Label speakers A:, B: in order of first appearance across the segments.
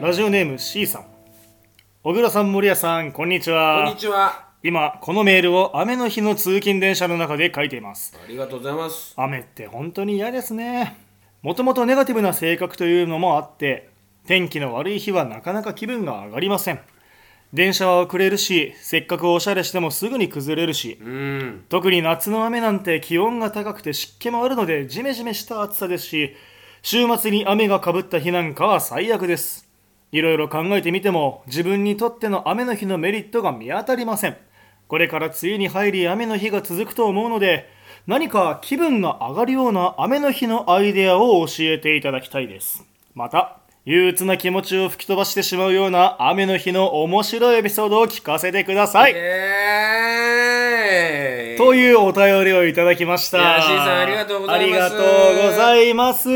A: ラジオネーム C さん小倉さん森谷さんこんにちは
B: こんにちは。
A: 今このメールを雨の日の通勤電車の中で書いています
B: ありがとうございます。
A: 雨って本当に嫌ですねもともとネガティブな性格というのもあって天気の悪い日はなかなか気分が上がりません電車は遅れるしせっかくおしゃれしてもすぐに崩れるし
B: うん。
A: 特に夏の雨なんて気温が高くて湿気もあるのでジメジメした暑さですし週末に雨がかぶった日なんかは最悪ですいろいろ考えてみても自分にとっての雨の日のメリットが見当たりませんこれから梅雨に入り雨の日が続くと思うので何か気分が上がるような雨の日のアイデアを教えていただきたいですまた憂鬱な気持ちを吹き飛ばしてしまうような雨の日の面白いエピソードを聞かせてください
B: えーい。
A: というお便りをいただきました。
B: いやシーさんありがとうございます
A: ありがとうございます。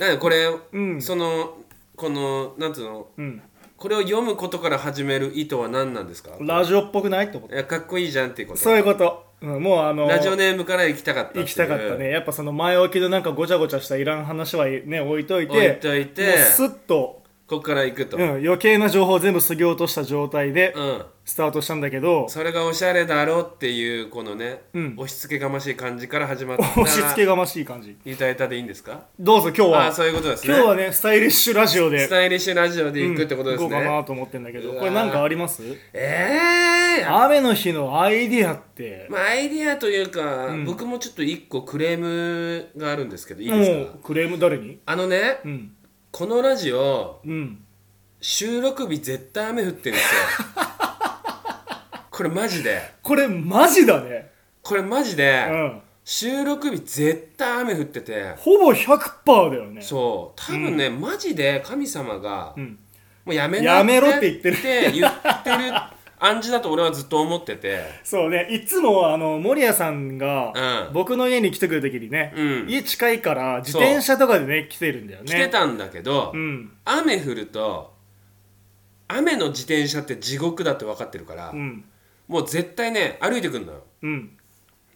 B: なんかこれ、
A: ん
B: その、この、なんつうの、
A: うん、
B: これを読むことから始める意図は何なんですかい
A: ラジオっぽくないと思って。
B: や、かっこいいじゃんっていうこと。
A: そういうこと。うん、もうあの、
B: ラジオネームから行きたかったていう
A: 行きたかった。ね。やっぱその前置きのなんかごちゃごちゃしたいらん話はね、置いといて。
B: 置いといて
A: もうスッと、
B: ここから行くと。
A: うん、余計な情報を全部すぎ落とした状態で
B: うん
A: スタートしたんだけど、
B: それがおしゃれだろうっていうこのね、
A: うん
B: 押し付けがましい感じから始まった
A: 押し付けがましい感じ。
B: いただいたでいいんですか
A: どうぞ今日
B: あ
A: は、
B: あそういうことですね
A: 今日はね、スタイリッシュラジオで
B: ス。タイリッシュラジオで行くってことです
A: うん行こうか
B: ね、
A: なと思ってんだけど
B: うわー
A: これなんかあります
B: ええー、
A: 雨の日のアイディアって
B: まあ、アイディアというか、僕もちょっと一個クレームがあるんですけどいい
A: も
B: ですか
A: うクレーム誰に
B: あのね
A: うん
B: このラジオ
A: うん
B: 収録日絶対雨降ってるんです よこれマジで
A: これマジだね
B: これマジ
A: う
B: で、
A: ん
B: 収録日絶対雨降ってて
A: ほぼ100%だよね
B: そう多分ね、マジで神様が、
A: ん
B: もうやめな
A: やめろって言ってる
B: って言ってる暗示だと俺はずっと思ってて
A: そうねいつもあの守屋さんが
B: うん
A: 僕の家に来てくる時にね
B: うん
A: 家近いから自転車とかでね来てるんだよね
B: 来てたんだけど、
A: うん
B: 雨降ると雨の自転車って地獄だって分かってるから、
A: うん
B: もう絶対ね歩いてくんのよ
A: うん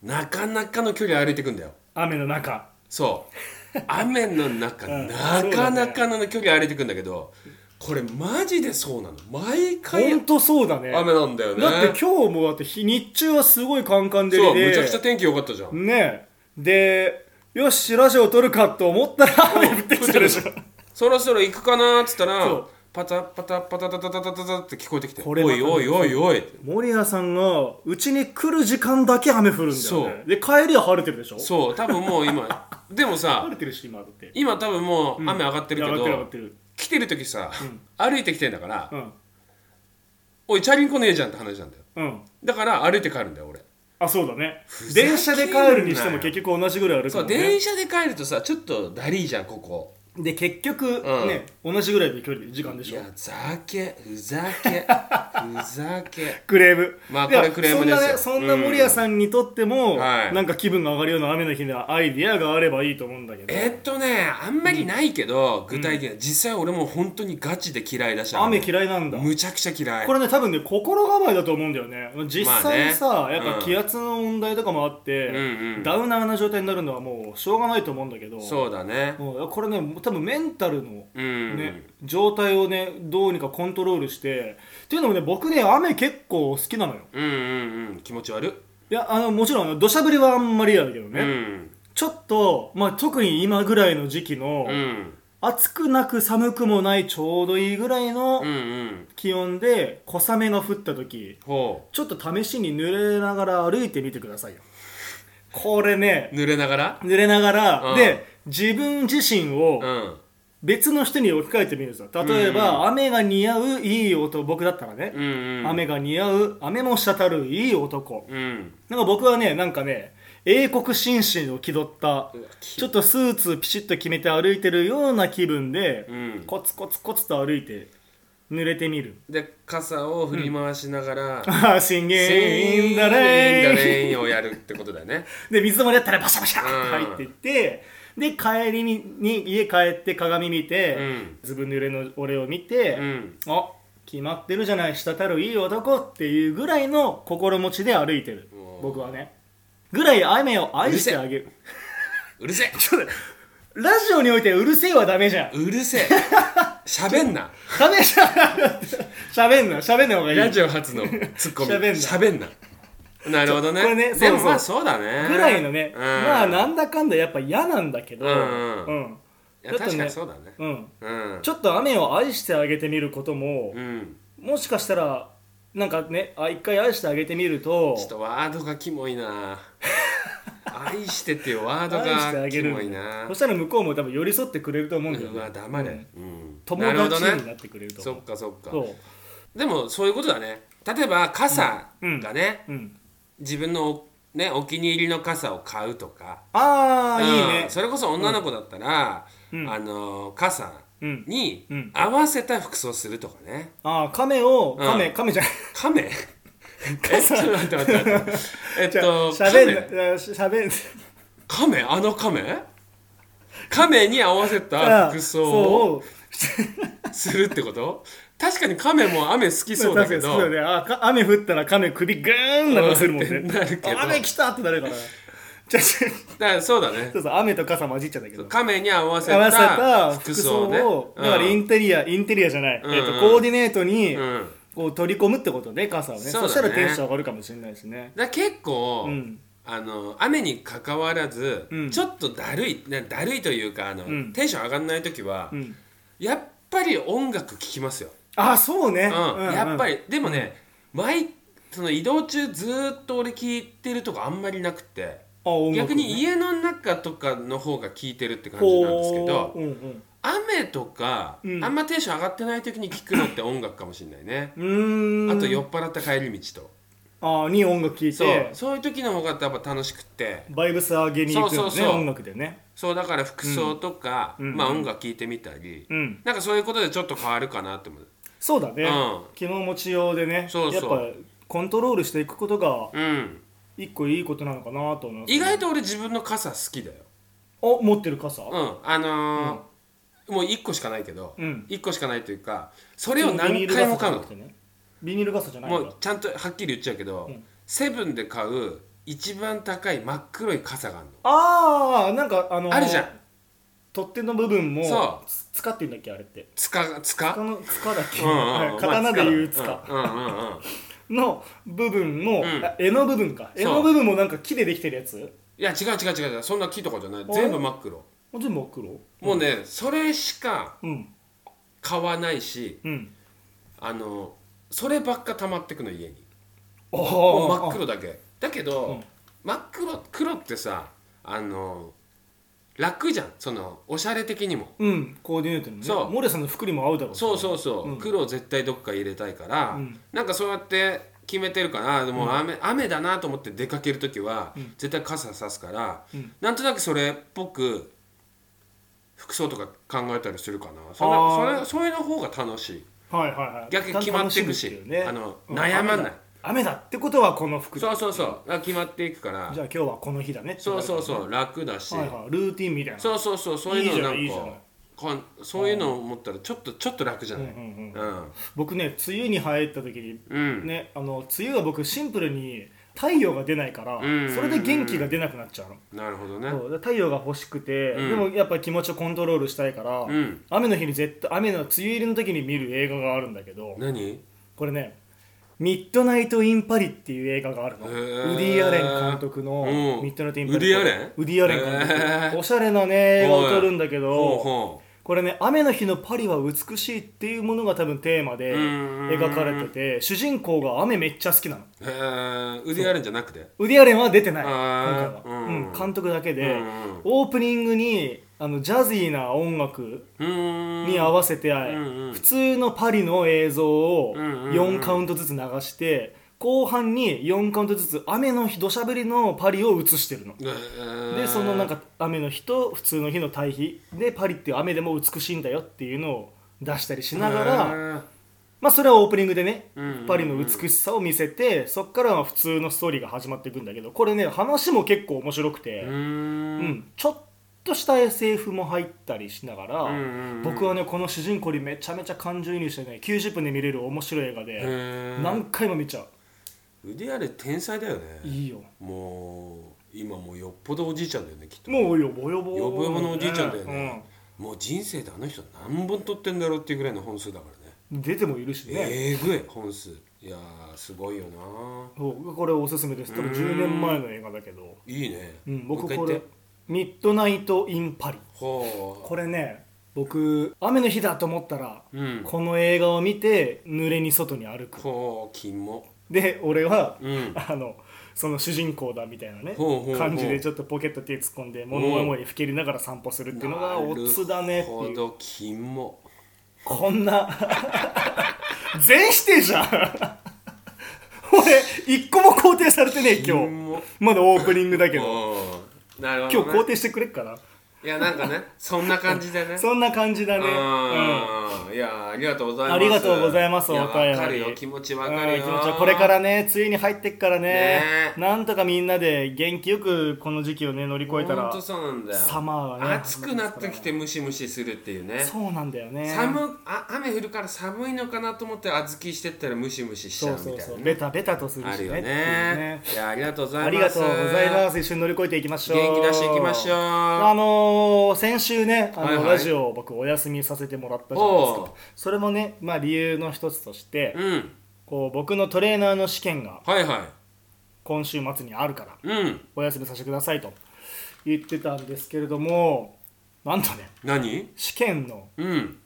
B: なかなかの距離歩いてくんだよ
A: 雨の中
B: そう雨の中、
A: うん
B: なかなかの距離歩いてくんだけどこれマジでそうなの毎回
A: ほんとそうだね
B: 雨なんだよね
A: だって今日もだって日日中はすごいカンカン照
B: そ
A: り
B: う
A: で
B: むちゃくちゃ天気良かったじゃん、
A: ねえでよしラジオ撮るかと思ったら雨降ってきたでしょ
B: そろそろ行くかなっつったら
A: そう
B: パタパタパタタタタタタタって聞こえてきて「
A: これ
B: おいおいおいおい」
A: 森谷さんがうちに来る時間だけ雨降るんだよねで帰りは晴れてるでしょ
B: そう多分もう今でも
A: 晴
B: さ
A: れてるし今だって
B: 今多分もう雨上がって
A: 上がってる
B: るけ
A: 上がっ
B: ど
A: てる
B: 来てる時さ歩いてきてんだから
A: うん
B: 「おいチャリンコねえじゃん」って話なんだよ
A: うん
B: だから歩いて帰るんだよ俺
A: あそうだね
B: ざけ
A: 電
B: んなよ
A: 車で帰るにしても結局同じぐらい歩く
B: そ
A: も
B: うん
A: ね
B: 電車で帰るとさちょっとダリーじゃんここ
A: で結局
B: ん
A: ね同じぐらいの距離時間で
B: い
A: しょ
B: やざけふざけ ふざけ
A: クレーム
B: まあ
A: いや
B: これクレームですよ
A: そんなねそんな森谷さんにとっても
B: んはい
A: なんか気分が上がるような雨の日のアイディアがあればいいと思うんだけど
B: えっとねあんまりないけど具体的な実際俺も本当にガチで嫌いだし
A: 雨嫌いなんだ
B: むちゃくちゃ嫌い
A: これね多分ね心構えだと思うんだよね実際さ、
B: まあね
A: やっぱ気圧の問題とかもあって、
B: うんうん
A: ダウナーな状態になるのはもうしょうがないと思うんだけど
B: そうだね
A: もうこれね多分メンタルの、ね
B: うん、
A: 状態をねどうにかコントロールしてっていうのもね僕ね雨結構好きなのよ
B: うんうんうん気持ち悪っ
A: いやあのもちろんあの土砂降りはあんまりやだけど
B: う
A: ね、
B: ん
A: ちょっと、まあ、特に今ぐらいの時期の、
B: うん
A: 暑くなく寒くもないちょうどいいぐらいの
B: うんうん
A: 気温で小雨が降った時
B: ほ
A: ちょっと試しに濡れながら歩いてみてくださいよ。これね
B: う、濡れながら
A: 濡れながら、
B: うん
A: で、自分自身
B: う
A: を
B: ん
A: 別の人に置き換えてみるんですよ。例えば、雨が似合ういい男、僕だったらね、
B: うんうん
A: 雨が似合う、雨も滴るいい男。
B: うん
A: なんか僕はね、なんかね、英国紳士を気取った、ちょっとスーツピシッと決めて歩いてるような気分で、
B: うん
A: コツコツコツと歩いて、濡れてみる。
B: で傘を振り回しながら「
A: ああ、シンゲーインダ
B: イ
A: レ
B: ンダ
A: イン
B: レイン」をやるってことだよ ね
A: で水溜まりだったらバシャバシャって入ってって、で帰りにに家帰って鏡見て、
B: うん
A: ずぶ濡れの俺を見
B: う
A: て、
B: ん
A: あ決まってるじゃない滴るいい男っていうぐらいの心持ちで歩いてる
B: おー
A: 僕はねぐらい雨を愛してあげる
B: うるせえ
A: ちょっとラジオにおいてうるせえはダメじゃん。
B: うるせえ喋んな
A: ダメじゃん。喋んな、喋んない方がいい。
B: ラジオ初のツッコミ
A: 喋んな
B: 喋んななるほどね
A: これね
B: で
A: そう
B: も
A: そう
B: まあそうだね
A: ぐらいのね、
B: うん
A: まあなんだかんだやっぱ嫌なんだけど、
B: うんうん
A: うん
B: いや
A: ちょっとね
B: 確かにそうだね
A: うん
B: うん
A: ちょっと雨を愛してあげてみることも
B: う、ん
A: もしかしたらなんかねあ一回愛してあげてみると
B: ちょっとワードがキモ いな愛してっていうワード
A: 愛してあ
B: が
A: げ
B: キ
A: る
B: モいな
A: そしたら向こうも多分寄り添ってくれると思うんだよ
B: う
A: ね
B: わ黙
A: う
B: れ
A: ん、
B: うん
A: 友
B: なるほど
A: 達
B: ね
A: になってくれると
B: そ
A: 思う
B: っかそっか
A: そう
B: でもそういうことだね例えば傘がね、
A: うん、
B: 自分のお,、ね、お気に入りの傘を買うとか
A: ああ、いい
B: うん
A: ね
B: それこそ女の子だったら、
A: うん
B: あの傘
A: うん
B: に
A: うん
B: 合わせた服装するとかね
A: ああ亀を
B: うん
A: 亀、亀じゃない
B: カメえちょっと待って待って待ってえっと
A: しゃべん
B: カメ
A: なしゃべん
B: カメあのカメカメに合わせた服装を
A: そう
B: するってこと確かにカメも雨好きそうだけ
A: 確
B: ど
A: かにそうだねあか雨降ったら亀首グーンなんかするもん
B: う
A: ね
B: んなるけど
A: あ雨来たってなるからじゃあちょ
B: だからそうだね
A: そうそう雨と傘混じっちゃったけど
B: カメに合わせ
A: 合わせ
B: た
A: た
B: 服
A: 服
B: 装
A: 装
B: ね
A: を
B: うん
A: だからインテリアインテリアじゃない、
B: うん
A: えっとコーディネートに
B: うん
A: こう取り込むってことね傘をね
B: そ
A: そう
B: だね
A: したらテンション上がるかもしれないしね
B: だから結構、
A: うん
B: あの雨にかかわらず、
A: うん
B: ちょっとだるいなだるいというかあの、
A: ん
B: テンション上がんない時は、
A: うん
B: やっぱり音楽聴きますよ、
A: あそうね、
B: うんやっぱ
A: り
B: りでもね、毎その移動中ずーっと俺聴いてるとこあんまりなくて
A: あ音楽
B: 逆に
A: ね
B: 家の中とかの方が聴いてるって感じなんですけ
A: こ
B: ど
A: う、うん
B: 雨とか、
A: うん
B: あんまテンション上がってない時に聴くのって音楽かもしれないね、
A: うん、うーん
B: あと酔っ払った帰り道と
A: あに音楽聴い
B: そう
A: て
B: そういう時の方がやっぱ楽しくって
A: バイブス上げに行くのね
B: そうそうそう
A: 音楽でね
B: そうだから服装とか、
A: うん
B: まあ
A: うん
B: 音楽聴いてみたり、
A: うん
B: なんかそういうことでちょっと変わるかなって思う
A: そうだね、
B: うん
A: 昨日持ち用でね
B: そうそう
A: やっぱコントロールしていくことが
B: うん
A: 一個いいことなのかなと思います
B: 意外と俺自分の傘好きだよ
A: お持ってる傘、
B: うんあのーもう1個しかないけど、
A: うん
B: 一1個しかないというかそれを何回も買うの
A: ビニール傘じゃなくてねビニール傘じゃない
B: も
A: んだ
B: うちゃんとはっきり言っちゃうけど、
A: うん
B: セブンで買う一番高い真っ黒い傘があるの、
A: ああなんかあのー
B: あるじゃん
A: 取っ手の部分も
B: そう
A: つ使ってんだっけあ れって
B: つかつか
A: 他の塚だっけ、
B: うんうんうん
A: 刀で言う塚、
B: まあだうんうんうんうん
A: の部分の、
B: ん
A: あ柄の部分か
B: そう
A: 柄の部分もなんか木でできてるやつ
B: いや違う違う違う違うそんな木とかじゃない全部真っ黒
A: 全部真っ黒
B: もうねそれしか
A: うん
B: 買わないし、
A: うん
B: あのそればっか溜まってくの家に
A: ああ
B: もう真っ黒だけだけど、
A: うん
B: 真っ黒黒ってさあの楽じゃんそのおしゃれ的にも
A: うんコーディネートにね
B: そう
A: モレさんの服にも合うだろうし
B: そうそうそう、
A: うん
B: 黒を絶対どっか入れたいから、
A: うん
B: なんかそうやって決めてるからでも雨,、雨だなと思って出かける時は、
A: うん
B: 絶対傘さすから、
A: うん
B: なんとなくそれっぽく服装とか考えたりするかなそ
A: あ
B: れ
A: ー
B: それそれの方が楽しい
A: はいはいはい
B: 逆に決まっていくし
A: 楽みっていうね
B: あの
A: うん
B: 悩まない
A: 雨だ雨だってことはこの服だ
B: そうそうそうだから決まっていくから
A: じゃあ今日はこの日だねって
B: そうそう
A: う
B: そう楽だし、
A: はいはいルーティンみたいな
B: そうそうそうそういうのなんか
A: いいじゃないいいじ
B: こんそういうのを思ったらちょっとちょっと楽じゃ
A: うん
B: な
A: う
B: いうん
A: うん
B: ん
A: 僕ね梅雨に入った時に
B: うん、
A: ねあの梅雨は僕シンプルに太陽が出ないから
B: んうんうん
A: それで元気が出なくなっちゃうの
B: なるほどね
A: そうだから太陽が欲しくて
B: うん
A: でもやっぱり気持ちをコントロールしたいから
B: うん
A: 雨の日に絶対雨の梅雨入りの時に見る映画があるんだけど
B: 何へ
A: これね「ミッドナイト・イン・パリ」っていう映画があるの
B: へ
A: ウ
B: ー
A: ディ・アレン監督の
B: うん
A: 「ミッドナイト・イン・パリ」
B: ウディアレン
A: ウディ・アレン監
B: へー
A: 督おしゃれなね映画を撮るんだけ
B: ほう
A: ど
B: ほ
A: これね「雨の日のパリは美しい」っていうものが多分テーマで
B: うんうんうん
A: 描かれてて主人公が雨めっちゃ好きなの
B: うへーウディアレンじゃなくて
A: ウディ・アレンは出てない
B: あ
A: 今
B: ー
A: 回は、
B: うん
A: うん監督だけ
B: う
A: で
B: んうん
A: オープニングにあのジャズィーな音楽
B: うーん
A: に合わせて、
B: んうん
A: 普通のパリの映像を
B: うんうんうん
A: 4カウントずつ流して後半に4カウントずつ雨の日土砂降りのパリを映してるの
B: へー
A: でそのなんか雨の日と普通の日の対比でパリっていう雨でも美しいんだよっていうのを出したりしなが
B: へ
A: ら
B: ー
A: まあそれはオープニングでね
B: うんうんうん
A: パリの美しさを見せてそっからは普通のストーリーが始まっていくんだけどこれね話も結構面白くて
B: うー
A: うんん、ちょっとした SF も入ったりしながら、
B: んうんうん
A: 僕はねこの主人公にめちゃめちゃ感情移入してね90分で見れる面白い映画で
B: へー
A: 何回も見ちゃう、
B: ウディアレン天才だよね
A: いいよ
B: もう今もうよっぽどおじいちゃんだよねきっと
A: もうよぼよぼ、
B: よぼよぼのおじいちゃんだよね
A: うん
B: もう人生であの人何本取ってんだろうっていうぐらいの本数だからね
A: 出てもいるしね、
B: えぐい本数いやーすごいよな
A: そうこれおすすめです多分10年前の映画だけど、
B: いいね、
A: うん、
B: もう
A: 僕
B: 一回
A: こ
B: 言っ
A: れ
B: て
A: 「ミッドナイト・イン・パリ
B: ほ」
A: これね僕雨の日だと思ったら、
B: ううん
A: この映画を見て濡れに外に歩く
B: ほう金も
A: で俺は、
B: うん
A: あのその主人公だみたいなね
B: ほうほうほう
A: 感じでちょっとポケット手突っ込んで物思いにふけりながら散歩するっていうのがオツだねって
B: なるほ
A: いう
B: ど金も
A: こんな全否定じゃん俺一個も肯定されてねえ今日
B: 金も
A: まだオープニングだけど
B: うんなるほど、
A: 今
B: ね、
A: 日肯定してくれっかない
B: やなんかねそんな感じで ね
A: そんな感じだねうん
B: うんいやありがとうございます
A: ありがとうございますお
B: や
A: 便り
B: わかるよ気持ちわかる
A: う
B: よ
A: ん気持ちはこれからね梅雨に入ってっからね
B: ね
A: なんとかみんなで元気よくこの時期をね乗り越えた
B: ほ
A: ら
B: んとそうなんだよ
A: サマーがね
B: 暑くなってきてムシムシするっていうね
A: そうなんだよね
B: 寒あ雨降るから寒いのかなと思って小豆してったらムシムシしち
A: そ
B: ゃう
A: う
B: みたい
A: そ
B: な
A: う
B: ね
A: そうベタベタとする
B: あ
A: し
B: る
A: ね
B: よ
A: ってい
B: ね
A: うね
B: いやありがとうござ
A: あ
B: い
A: り
B: ま
A: が
B: す
A: とうございます一緒に乗り越えていきましょう
B: 元気出していきましょう
A: あのー先週ねあの、
B: はいはい
A: ラジオを僕お休みさせてもらったじゃないです
B: おう
A: かそれもね、まあ、理由の一つとして、
B: うん
A: こう僕のトレーナーの試験が
B: はいは
A: 今週末にあるから
B: いうん
A: お休みさせてくださいと言ってたんですけれどもなんとね
B: 何
A: 試験の
B: うん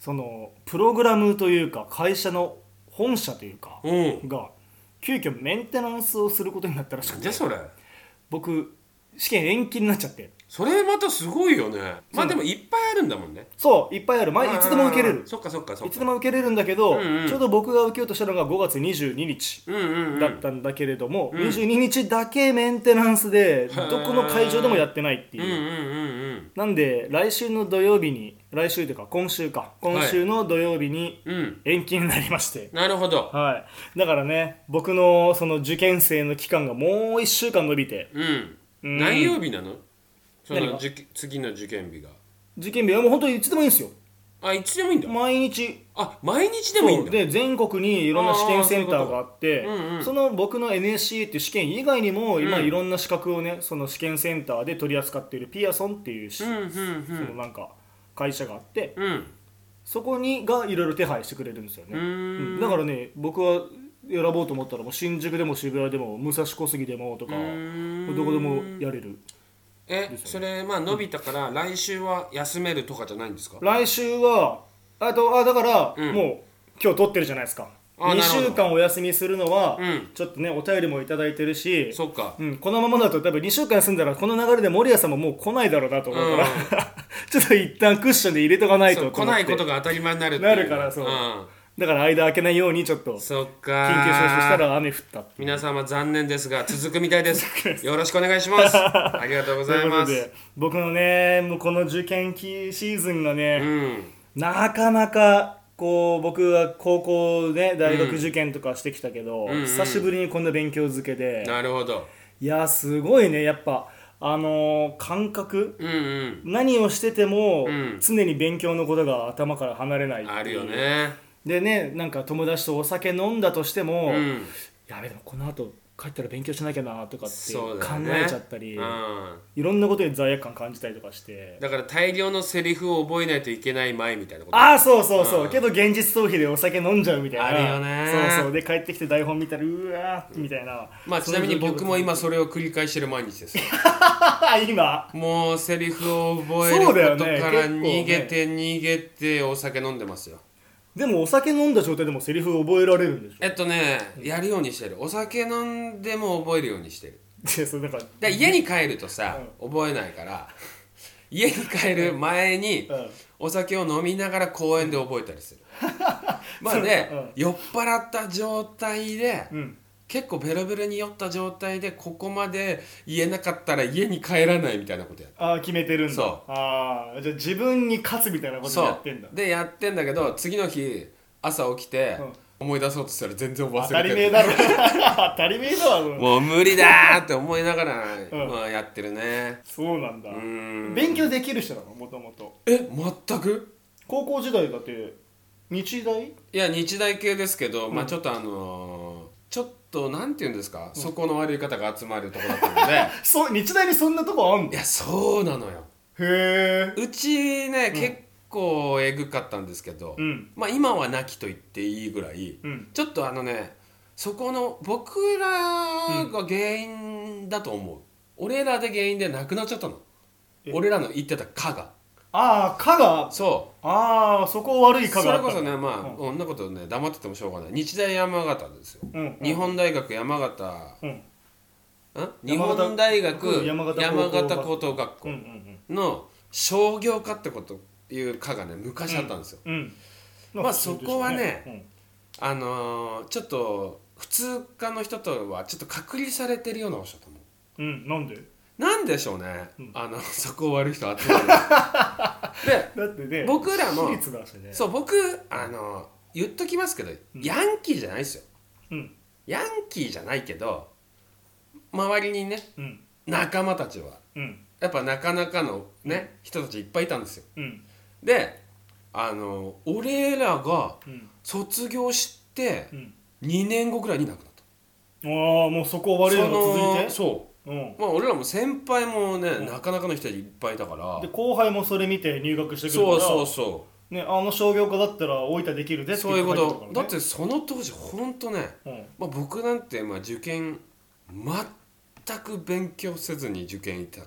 A: そのプログラムというか会社の本社というか
B: おう
A: が急遽メンテナンスをすることになったらしく
B: じ
A: て
B: ゃそれ
A: 僕試験延期になっちゃって
B: それまたすごいよねまあでもいっぱいあるんだもんね
A: そういっぱいある前いつでも受けれ
B: あ
A: る
B: ーそっかそっかそっ
A: い
B: か
A: つでも受けれるんだけど、
B: うんうん
A: ちょうど僕が受けようとしたのが5月22日
B: うんうんうん
A: だったんだけれども、
B: うん
A: 22日だけメンテナンスで
B: ー
A: どこの会場でもやってないって
B: うん
A: いうう、
B: んうんうん
A: なんで来週の土曜日に来週というか今週か今週の土曜日に
B: うん
A: 延期になりまして、
B: なるほど
A: はい、だからね僕のその受験生の期間がもう1週間延びて
B: うん
A: うん
B: 何曜日なのそ
A: 何
B: の
A: が
B: 受験次の受験日が
A: 受験日はもう本当にいつでもいいんですよ
B: あいつでもいいんだ
A: 毎日
B: あ毎日でもいいんだ
A: で全国にいろんな試験センターがあって
B: あーそういうことうんうん
A: その僕の NSCA っていう試験以外にも今
B: うん
A: いろんな資格をねその試験センターで取り扱っているピアソンっていうし、
B: うんうん
A: そのなんか会社があって
B: うんうん
A: そこにがいろいろ手配してくれるんですよね、
B: うーん
A: うんだからね僕は選ぼうと思ったらもう新宿でも渋谷でも武蔵小杉でもとか
B: うーん
A: どこでもやれる
B: えそれまあ伸びたから来週は休めるとかじゃないんですか
A: 来週はあとあだから、
B: うん
A: もう今日撮ってるじゃないですか
B: あ
A: 2
B: なるほど
A: 週間お休みするのは、
B: うん
A: ちょっとねお便りもいただいてるし
B: そっか
A: うん、このままだと多分2週間休んだらこの流れで守屋さんももう来ないだろうなと思うから、
B: うん
A: ちょっと一旦クッションで入れとかない
B: そ
A: と
B: う
A: と
B: 来
A: 思っ
B: な
A: て
B: いことが当たり前になるっていう
A: なるからそうんだから間開けないようにちょっと緊急
B: そっか
A: 招集したら雨降ったっていう
B: 皆様残念ですが続くみたい ですよろしくお願いしますありがとうご
A: と
B: ざ
A: い
B: いう
A: こ
B: ま
A: と
B: す
A: で僕のねもうこの受験期シーズンが
B: う
A: ね、
B: ん
A: なかなかこう僕は高校ね大学受験とかしてきたけど、
B: うんうん
A: 久しぶりにこんな勉強漬けで
B: なるほど
A: いやすごいねやっぱあのー感覚
B: うんうん
A: 何をしてても、
B: うん
A: 常に勉強のことが頭から離れないっていう
B: あるよね
A: でねなんか友達とお酒飲んだとしても、
B: うん
A: やべでもこの後帰ったら勉強しなきゃなとかって考
B: そうだよね
A: えちゃったり、
B: うん
A: いろんなことに罪悪感感じたりとかして
B: だから大量のセリフを覚えないといけない前みたいなこと
A: ああそうそうそう、
B: うん
A: けど現実逃避でお酒飲んじゃうみたいな
B: あるよね
A: そうそうで帰ってきて台本見たらうわーみたいな、
B: まあちなみに僕 も今それを繰り返してる毎日です
A: 今
B: もうセリフを覚える
A: そ
B: こ
A: うだよ
B: とか
A: ね
B: ら
A: 結構ね
B: 逃げて逃げてお酒飲んでますよ
A: でもお酒飲んだ状態でもセリフ覚えられるんでしょ
B: えっとねやるようにしてるお酒飲んでも覚えるようにしてる
A: でそれなんか
B: だから家に帰るとさ、覚えないから 家に帰る前に
A: うん
B: お酒を飲みながら公園で覚えた りするまあね、
A: うん
B: 酔っ払った状態で、
A: うん
B: 結構ベロベロに酔った状態でここまで言えなかったら家に帰らないみたいなことやる
A: ああ決めてるんだ
B: そ
A: ああじゃあ自分に勝つみたいなこと
B: そ
A: やっ
B: う
A: てんだ
B: でやってんだけど次の日朝起きて、思い出そうとしたら全然忘れて
A: 当たり前だろ 当たり前だわそれ
B: もう無理だーって思いながら、
A: うん
B: まあ、やってるね
A: そうなんだ、
B: うん
A: 勉強できる人なのもともと
B: え全く
A: 高校時代だって日大
B: いや日大系ですけど、まあちょっとあのーちょっとなんて言うんですか、そこの悪い方が集まるところだったの で
A: そう日大にそんなとこあんの
B: い
A: へ
B: やそうなのよ
A: え
B: うちね、結構えぐかったんですけど、
A: うん
B: まあ今はなきと言っていいぐらい、
A: うん
B: ちょっとあのねそこの僕らが原因だと思う、俺らで原因でなくなっちゃったの
A: え
B: 俺らの言ってた「か」が
A: ああ蚊が
B: そ
A: ああそこ悪
B: う
A: い蚊
B: そ
A: があ
B: れ
A: っ
B: こ
A: た
B: そねまあ、
A: うん
B: こんなことね黙っててもしょうがない日大山形ですよ、
A: うんうん
B: 日本大学山形
A: うん
B: ん日
A: 山形
B: 本大学
A: 山
B: 山
A: 形
B: 形
A: 高等学校
B: 高等学
A: うんうん
B: 校の商業科ってこという科がね昔あったんですよ、
A: うんうん
B: まあそこはね
A: うん
B: あのーちょっと普通科の人とはちょっと隔離されてるような場所と思
A: う
B: う
A: んなんで
B: なんでしょうね、
A: うん
B: あのそこ悪い人集 まるで
A: だってね
B: 僕らも
A: 私立だしね
B: そう僕あの言っときますけど、
A: ん
B: ヤンキーじゃないですよ
A: うん
B: ヤンキーじゃないけど周りにね
A: うん
B: 仲間たちは
A: うん
B: やっぱなかなかのね人たちいっぱいいたんですよ
A: うん
B: であの俺らが
A: うん
B: 卒業して
A: うん
B: 2年後ぐらいに亡くなっ
A: あ
B: た
A: あもうそこ悪いのが続いて
B: そのそ
A: うん
B: うまあ俺らも先輩もね、なかなかの人いっぱいだから
A: で後輩もそれ見て入学してくるか
B: そ
A: ら
B: うそうそ
A: ね、あの商業科だったら大分できるで
B: う
A: って
B: そういうこ
A: 書てある
B: と
A: からね
B: だってその当時ほんとね、
A: うん
B: まあ、僕なんてまあ受験全く勉強せずに受験行ったから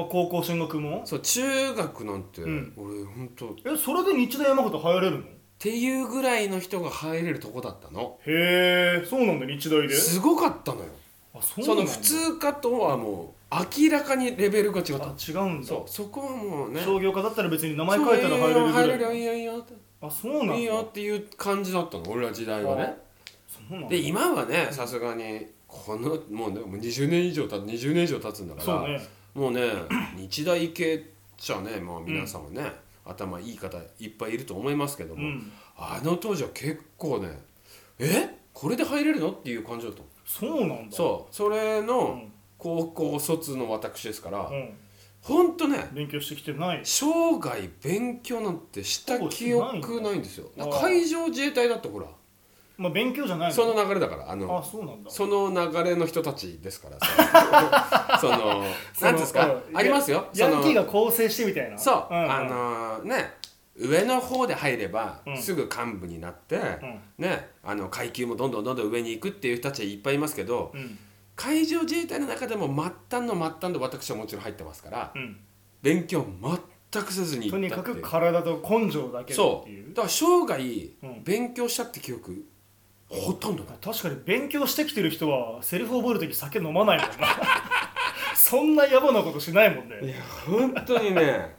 B: ね
A: あ高校進学も
B: そう中学なんて
A: うん
B: 俺ほんとっ
A: えそれで日大山形入れるの
B: ていうぐらいの人が入れるとこだったの
A: へえそうなんだ日大です
B: ごかったのよ
A: あそうな
B: そ
A: んだ
B: の普通科とはもう明らかにレベルが違った
A: あ違うんだ
B: そうそこはもうね
A: 商業科だったら別に名前書いたら入れるぐらい
B: そういいよ入れるよいいよいいよ
A: あそうなんだ
B: いいよっていう感じだったの俺ら時代はね
A: そうなんだ
B: で今はねさすがにこのもうねもう20年以上た20年以上経つんだか
A: そ
B: ら
A: うね
B: もうね 日大系じゃねまあ皆さんもね、頭いい方いっぱいいると思いますけど
A: う
B: も、
A: ん
B: あの当時は結構ねえこれで入れるのっていう感じだと思
A: そうなん
B: う
A: だ
B: そうそれ
A: う
B: の
A: ん
B: 高校卒の私ですから、
A: うん
B: ほんとね
A: 勉強してきてない
B: 生涯勉強なんてした記憶ないんですよ
A: ほぼしないんだ
B: 海上自衛隊だってほら
A: まあ勉強じゃない
B: その流れだからあの
A: あそうなんだ
B: その流れの人たちですからさその
A: その
B: 何ですか
A: うん
B: ありますよそ
A: ヤン
B: の
A: キーが構成してみたいな
B: そう、
A: ん
B: あのね上の方で入れば
A: うん
B: すぐ幹部になって、
A: うん
B: ねあの階級もどんどんどんどん上に行くっていう人たちはいっぱいいますけど
A: うん
B: 海上自衛隊の中でも末端の末端で私はもちろん入ってますから
A: うん
B: 勉強全くせずに
A: と
B: 行っ
A: に
B: た
A: か
B: っていう
A: く体と根性だけでっ
B: そ
A: ていう
B: うだから生涯
A: うん
B: 勉強したって記憶ほとんどない
A: 確かに勉強してきてる人はセリフ覚える時酒飲まないもんな そんな野暮なことしないもんね
B: や本当にね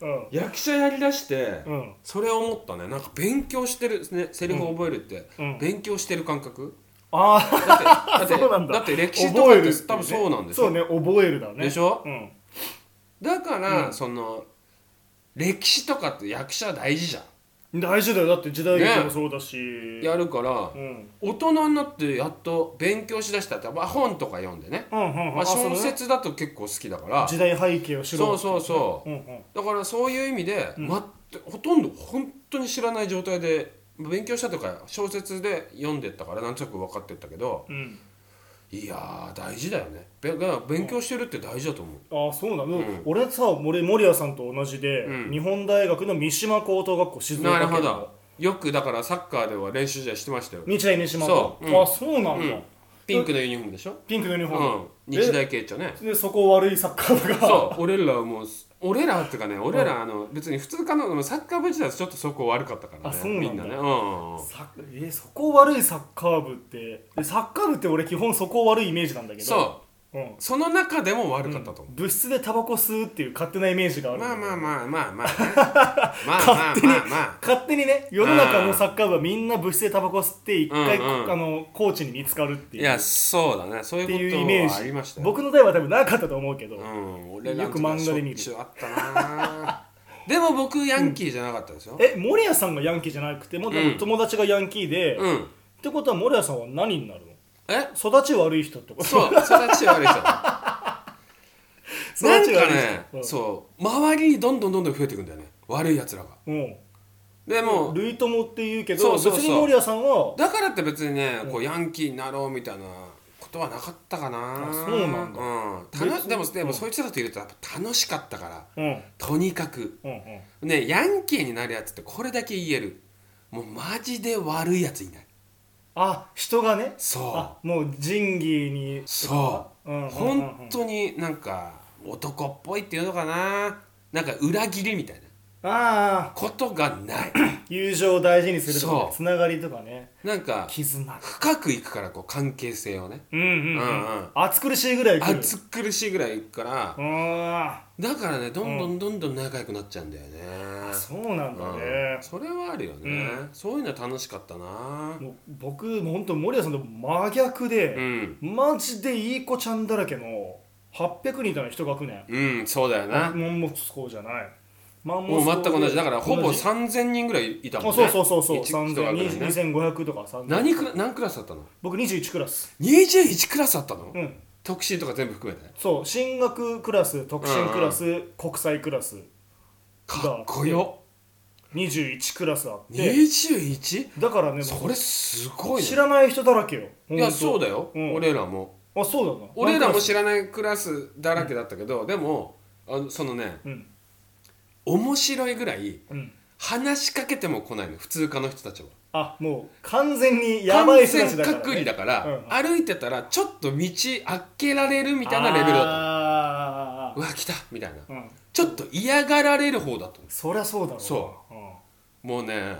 A: うん
B: 役者やりだして
A: うん
B: それを思ったねなんか勉強してる、ね、セリフを覚えるって、
A: うん
B: 勉強してる感覚
A: ああ
B: だってだって
A: そうなんだ
B: だって歴史と
A: 覚
B: か
A: え
B: っ
A: るって
B: て
A: いね
B: 多分そうなんです
A: そう
B: よ、
A: ね覚えるだね
B: でしょ
A: うん
B: だから、
A: うん
B: その歴史とかって役者大事じゃん
A: 大事だよだって時代劇もそうだし、
B: やるから
A: うん、うん
B: 大人になってやっと勉強しだしたって、まあ、本とか読んでね、
A: うんうん
B: まあ、
A: その
B: 小
A: ね
B: 説だと結構好きだから
A: 時代背景を知ろ
B: そううそうそう
A: う、んうん、
B: だからそういう意味で、まってほとんど本当に知らない状態で勉強したとか小説で読んでったからなんとなく分かってったけど
A: うん、
B: いやー大事だよねべが勉強してるって大事だと思う、
A: ああそうなの、
B: ん
A: 俺さ俺森谷さんと同じで、
B: うん
A: 日本大学の三島高等学校静岡
B: な
A: 県
B: る
A: の
B: ほどよくだからサッカーでは練習試合してましたよ、
A: 日大三島高
B: そううん
A: あそうなんだ、
B: うんピンクのユニフォームでしょ、
A: ピンクのユニフォ
B: う
A: ー
B: ん
A: ム、、
B: 日大系っちゃね
A: でそこ悪いサッカー部が
B: そう俺らはもう俺らっていうかね俺らあの別に普通かのサッカー部時代はちょっとそこ悪かったからね
A: あそうなんだ
B: みんなね、うん、
A: さえそこ悪いサッカー部ってでサッカー部って俺基本そこ悪いイメージなんだけど、
B: そう
A: ん、
B: うその中でも悪かったと思う、
A: 部室でタバコ吸うっていう勝手なイメージがあるんだ
B: まあ
A: けど
B: まあまあまあまあ、 ね、まあまあまあまあ
A: 勝手にね世の中のサッカー部はみんな部室でタバコ吸って一回、
B: うんうん
A: あのコーチに見つかるってい
B: いうやそうだねそう
A: って
B: い
A: いう
B: う
A: イメ
B: ことはあり
A: ー
B: まし
A: ジ
B: たよ
A: 僕の代は多分なかったと思うけど、
B: うん俺らの時
A: よく漫画で見る
B: しょっちゅうあったな でも僕ヤンキーじゃなかったですよ
A: え守谷さんがヤンキーじゃなくてもう多分
B: うん
A: 友達がヤンキーで、
B: う
A: っ
B: ん
A: てことは守谷さんは何になるの
B: え
A: 育ち悪い人ってこと
B: そう育ち悪 い人な
A: 育ち悪い人
B: んかね
A: うん
B: そう周りにどんどんどんどん増えていくんだよね悪いやつらが
A: うん
B: でもう
A: 類友って言うけど
B: そうそうそう
A: 別に守屋さんは
B: だからって別にねこうヤンキーになろうみたいなことはなかったかな
A: あそうなんだ
B: うんたの
A: 別に
B: でもでもそいつらといるとやっぱ楽しかったから
A: うんうん
B: とにかく
A: うん
B: ねヤンキーになるやつってこれだけ言えるもうマジで悪いやついない
A: あ人がねあ
B: そ
A: もう仁義に
B: うそう
A: うんうんうんうん
B: 本当になんか男っぽいっていうのかななんか裏切りみたいな
A: ああ
B: ことがない
A: 友情を大事にするとか
B: そう
A: つながりとかね
B: なんか
A: 絆
B: 深くいくからこう関係性をね
A: うんうんう
B: うんうんん
A: 暑苦しいぐらい来る
B: 暑苦しいぐらいいくから
A: うーん
B: だからねどんどんどんどん仲良くなっちゃうんだよね、
A: そうなんだ
B: う
A: ね
B: ん、それはあるよね、そういうのは楽しかったな
A: もう僕もう本当森谷さんと真逆
B: う
A: で、
B: ん
A: マジでいい子ちゃんだらけの800人いたの一学年
B: うんそうだよ
A: マ
B: な
A: ンモス校じゃないマン
B: もう全く同じだからほぼ
A: 同じ
B: 3000人ぐらいいたも
A: あ
B: ん
A: そ
B: ね
A: うそうそうそう
B: 一一学年ね
A: 2500とか3000
B: 何クラ何クラスだったの
A: 僕21クラス
B: 21クラスだったの、
A: うん
B: 特進とか全部含めて
A: そう進学クラス特進クラス、国際クラス
B: かっこよ
A: 21クラスあって
B: 21
A: だからね
B: それすごいね
A: 知らない人だらけよ
B: いやそう
A: だ
B: だよ、
A: うん
B: 俺らも
A: あそうだな
B: 俺らも知
A: ら
B: らないクラスだらけだったけど、でもあのそのね
A: うん
B: 面白いぐらい
A: うん
B: 話しかけても来ないの普通科の人たちは
A: あもう完全にやばい人たちだから、ね、
B: 完全隔離だから、歩いてたらちょっと道開けられるみ
A: み
B: たいなレベルだっ
A: だ
B: たうわ来たみたいな
A: うん、
B: ちょっと嫌がられる方だと思
A: そりゃそうだろ、
B: そううもうね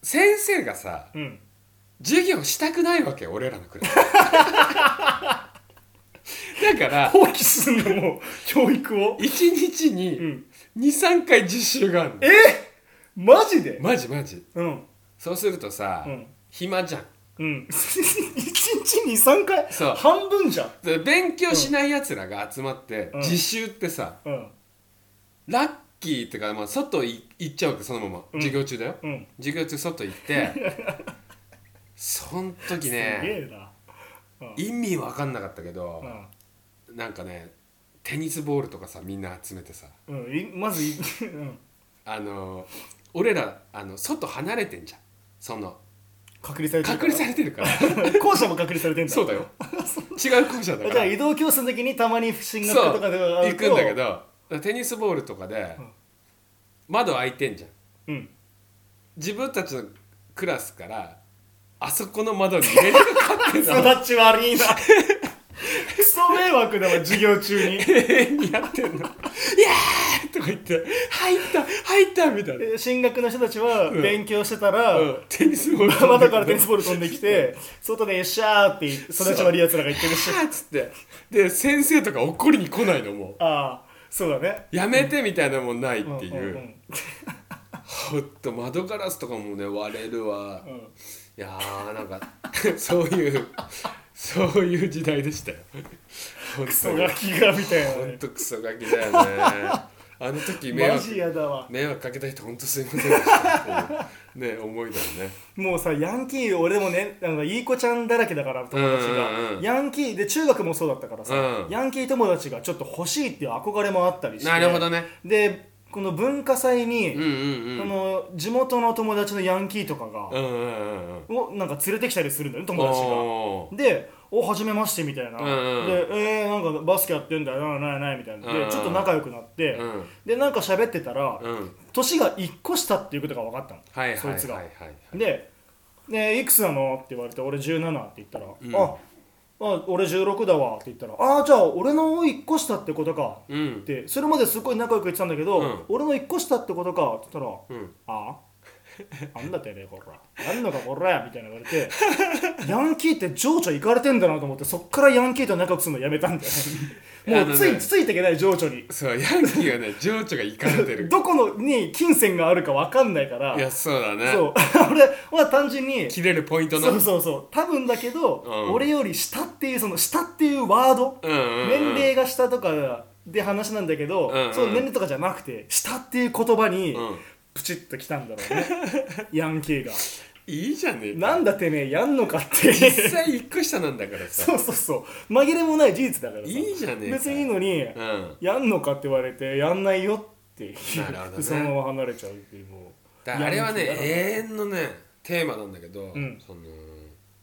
B: 先生がさ
A: うんうん、
B: 授業したくないわけよ俺らのクラス だから
A: 放棄すんのもう教育を
B: 一日
A: う
B: に
A: ん
B: 23回実習があるの
A: えマジで
B: マジマジ
A: うん
B: そうするとさ、
A: うん
B: 暇じゃん
A: うん一日に3回
B: そう
A: 半分じゃん
B: で勉強しないやつらが集まって、
A: うん
B: 実習ってさ
A: うん
B: ラッキーってか、まあ、外い行っちゃうわけそのまま
A: ん
B: 授業中だよ、
A: うん
B: 授業中外行って そん時
A: す
B: ね
A: げえな
B: 意味わかんなかったけど
A: う、ん
B: なんかねテニスボールとかさみんな集めてさ
A: うんい、まずい、うん、
B: あの俺らあの外離れてんじゃんその
A: 隔離されてる
B: 隔離されてるから
A: れ校舎も隔離されてんだ
B: そうだよ違う校舎だ
A: あ
B: か
A: じゃ
B: ら
A: あ移動教室の時にたまに不審が
B: そう
A: とかではあ
B: 行
A: ると
B: くんだけどテニスボールとかで
A: うん
B: 窓開いてんじゃん
A: うん
B: 自分たちのクラスからあそこの窓に入れるかかってんの
A: 育ち悪いなクソ迷惑だわ授業中に
B: 永遠にやってんの「イエ ーイ!」とか言って「入った入った!」みたいな、
A: で進学の人たちは
B: うん
A: 勉強してたら、
B: うんテニスボール
A: 窓からテニスボール飛んできて外で「シャー」って育ち悪いやつらが言ってるし
B: あーっつってで先生とか怒りに来ないのも
A: ああそうだね
B: うやめてみたいなもんないっていう、
A: んん
B: ほっと窓ガラスとかもね割れるわ、
A: うん
B: い
A: うん
B: やーなんか そういうそういう時代でしたよほん
A: クソ
B: と
A: ガキがみたい
B: ほ
A: なんね
B: とクソガキだよねあの時迷
A: マジ
B: 惑
A: やだわ
B: 迷惑かけた人ほんとすいませんでしたっていうね思いだよね
A: もうさヤンキー俺もねなんかいい子ちゃんだらけだから友達が、
B: うんうんうん
A: ヤンキーで中学もそうだったからさ、
B: うん
A: ヤンキー友達がちょっと欲しいっていう憧れもあったりして
B: なるほどね
A: でこの文化祭に、
B: うんうんう
A: こ
B: ん
A: の地元の友達のヤンキーとか
B: う
A: が、
B: んうんうんうん
A: をなんか連れてきたりするんだよね友達が
B: おー
A: で「おはじめまして」みたいな「
B: うんうん
A: でえー、なんかバスケやってんだよなないない」みたいな
B: うんう
A: で
B: ん
A: ちょっと仲良くなって、
B: うん
A: でなんか喋ってたら、
B: うん
A: 年が1個下っていうことが分かったの、
B: はいはい
A: そ
B: はい
A: いつが。
B: はいはい
A: で、ねえいくつなの?」って言われて「俺17」って言ったら「
B: ん
A: ああ俺16だわ」って言ったら「ああじゃあ俺の1個下ってことか」
B: う
A: っ
B: ん
A: てそれまですごい仲良く言ってたんだけど「
B: うん
A: 俺の1個下ってことか」って言ったら「
B: うん
A: あ あなんだてねこらなんのかこら」みたいな言われて ヤンキーって情緒いかれてんだなと思ってそっからヤンキーと仲良くするのやめたんだよ
B: あ
A: も
B: の
A: う
B: ね
A: ついついていけない情緒に
B: そうヤンキーはね情緒がいかれてる
A: どこのに金銭 があるか分かんないから
B: いやそうだね
A: そう 俺は単純に
B: 切れるポイントの
A: そうそうそう多分だけど、
B: うん
A: 俺より下っていうその下っていうワード、
B: うんうんうん
A: 年齢が下とかで話なんだけど、
B: うんうん
A: その年齢とかじゃなくて下っていう言葉に
B: うん
A: プチッときたんだろうね、 ヤンキーが
B: いいじゃねえか
A: なんだてめえやんのかって
B: 実際一個下なんだからさ
A: そうそうそう紛れもない事実だからさ
B: いいじゃねえか
A: 別にいいのに、
B: うん
A: やんのかって言われてやんないよっていう
B: なるほどね
A: そのまま離れちゃうっていうも
B: だからあれはね
A: ヤンキーだから
B: 永遠のねテーマなんだけど、
A: ん
B: その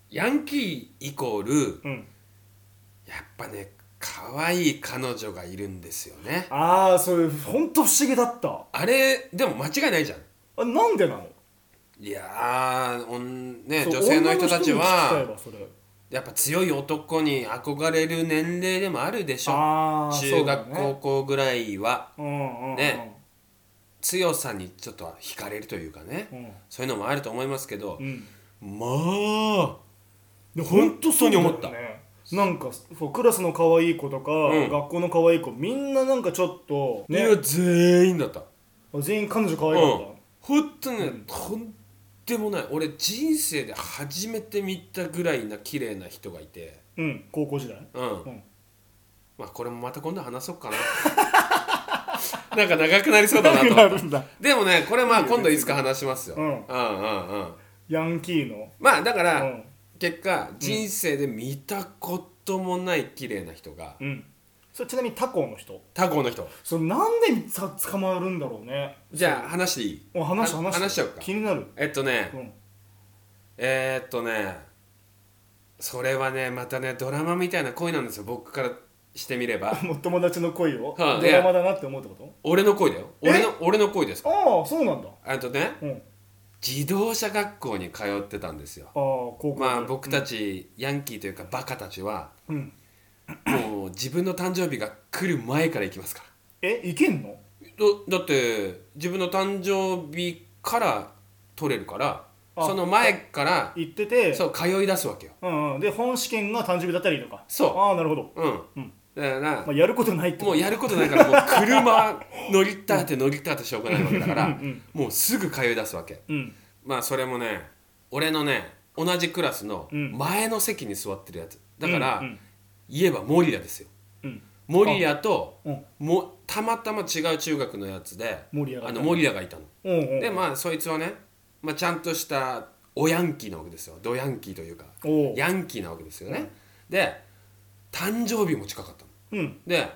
B: ヤンキーイコール
A: う、うん、
B: やっぱね可愛い彼女がいるんですよね
A: ああそれ本当不思議だった
B: あれでも間違いないじゃん
A: あなんでなの
B: いやーおんね
A: そう
B: 女性の人たち
A: 女の人に聞き
B: は
A: たいわそれ
B: やっぱ強い男に憧れる年齢でもあるでしょ
A: ああ
B: 中学、
A: そうだ
B: 高校ぐらいは
A: うんうんうん、
B: ね強さにちょっと惹かれるというかね、
A: うん
B: そういうのもあると思いますけど
A: う、ん
B: まあ
A: で
B: 本
A: 本
B: 当
A: 当
B: そ
A: そうう
B: に
A: に
B: 思
A: 思
B: っ
A: ったた、ね、なんかそうクラスの可愛い子とか、
B: うん
A: 学校の可愛い子みんななんかちょっと、
B: い
A: ね
B: や、全員だった
A: 全員彼女可
B: う
A: 愛
B: ん
A: かった、
B: ほんとね、とんでもない俺人生で初めて見たぐらいな綺麗な人がいて
A: うん、高校時代
B: うん、
A: ん
B: まあこれもまた今度話そうか ななんか長くなりそうだなと思
A: な
B: っ
A: るんだ
B: たでもねこれまあ今度いつか話しますよ、
A: うん
B: うんうんうん
A: ヤンキーの
B: まあだか
A: う
B: ら、
A: ん
B: 結果人生で見たこともない綺麗な人が、
A: うんそれちなみに他校の人
B: 他校の人
A: それなんでさ捕まるんだろうね
B: じゃあ話していい
A: お話話
B: 話しちゃうか
A: 気になる
B: えっとね、
A: うん
B: えー、っとねそれはねまたねドラマみたいな恋なんですよ僕からしてみれば
A: もう友達の恋を
B: はい
A: ドラマだなって思うってこ
B: 俺の恋だよ
A: え
B: 俺の俺の恋です
A: と
B: か
A: ああそうなんだ
B: あとね
A: うんああ
B: 自動車学校に通ってたんですよ
A: 高校
B: まあ僕たち、ヤンキーというかバカたちは
A: うん
B: もう自分の誕生日が来る前から行きますから
A: えいけんの
B: だだって自分の誕生日から取れるから
A: あ
B: その前から
A: 行ってて
B: そう通い出すわけよ
A: うんうんで本試験が誕生日だったらいいのか
B: そう
A: ああなるほど、
B: うん、
A: うん
B: だから
A: まあ、やることないって
B: もう
A: や
B: やることないからもう車乗りたって乗りたってしょうがないわけだか
A: うん
B: ら
A: うん
B: もうすぐ通い出すわけ
A: うん
B: まあそれもね俺のね同じクラスの
A: うん
B: 前の席に座ってるやつだから、
A: うん
B: 言えばモリアですよ
A: うん
B: モリアと
A: うん
B: もたまたま違う中学のやつで
A: モリアが
B: あのモリアがいたの
A: うんうんうん
B: でまあそいつはね、まあ、ちゃんとしたおヤンキーなわけですよドヤンキーというか
A: おう
B: ヤンキーなわけですよねで誕生日も近かったの
A: うん
B: で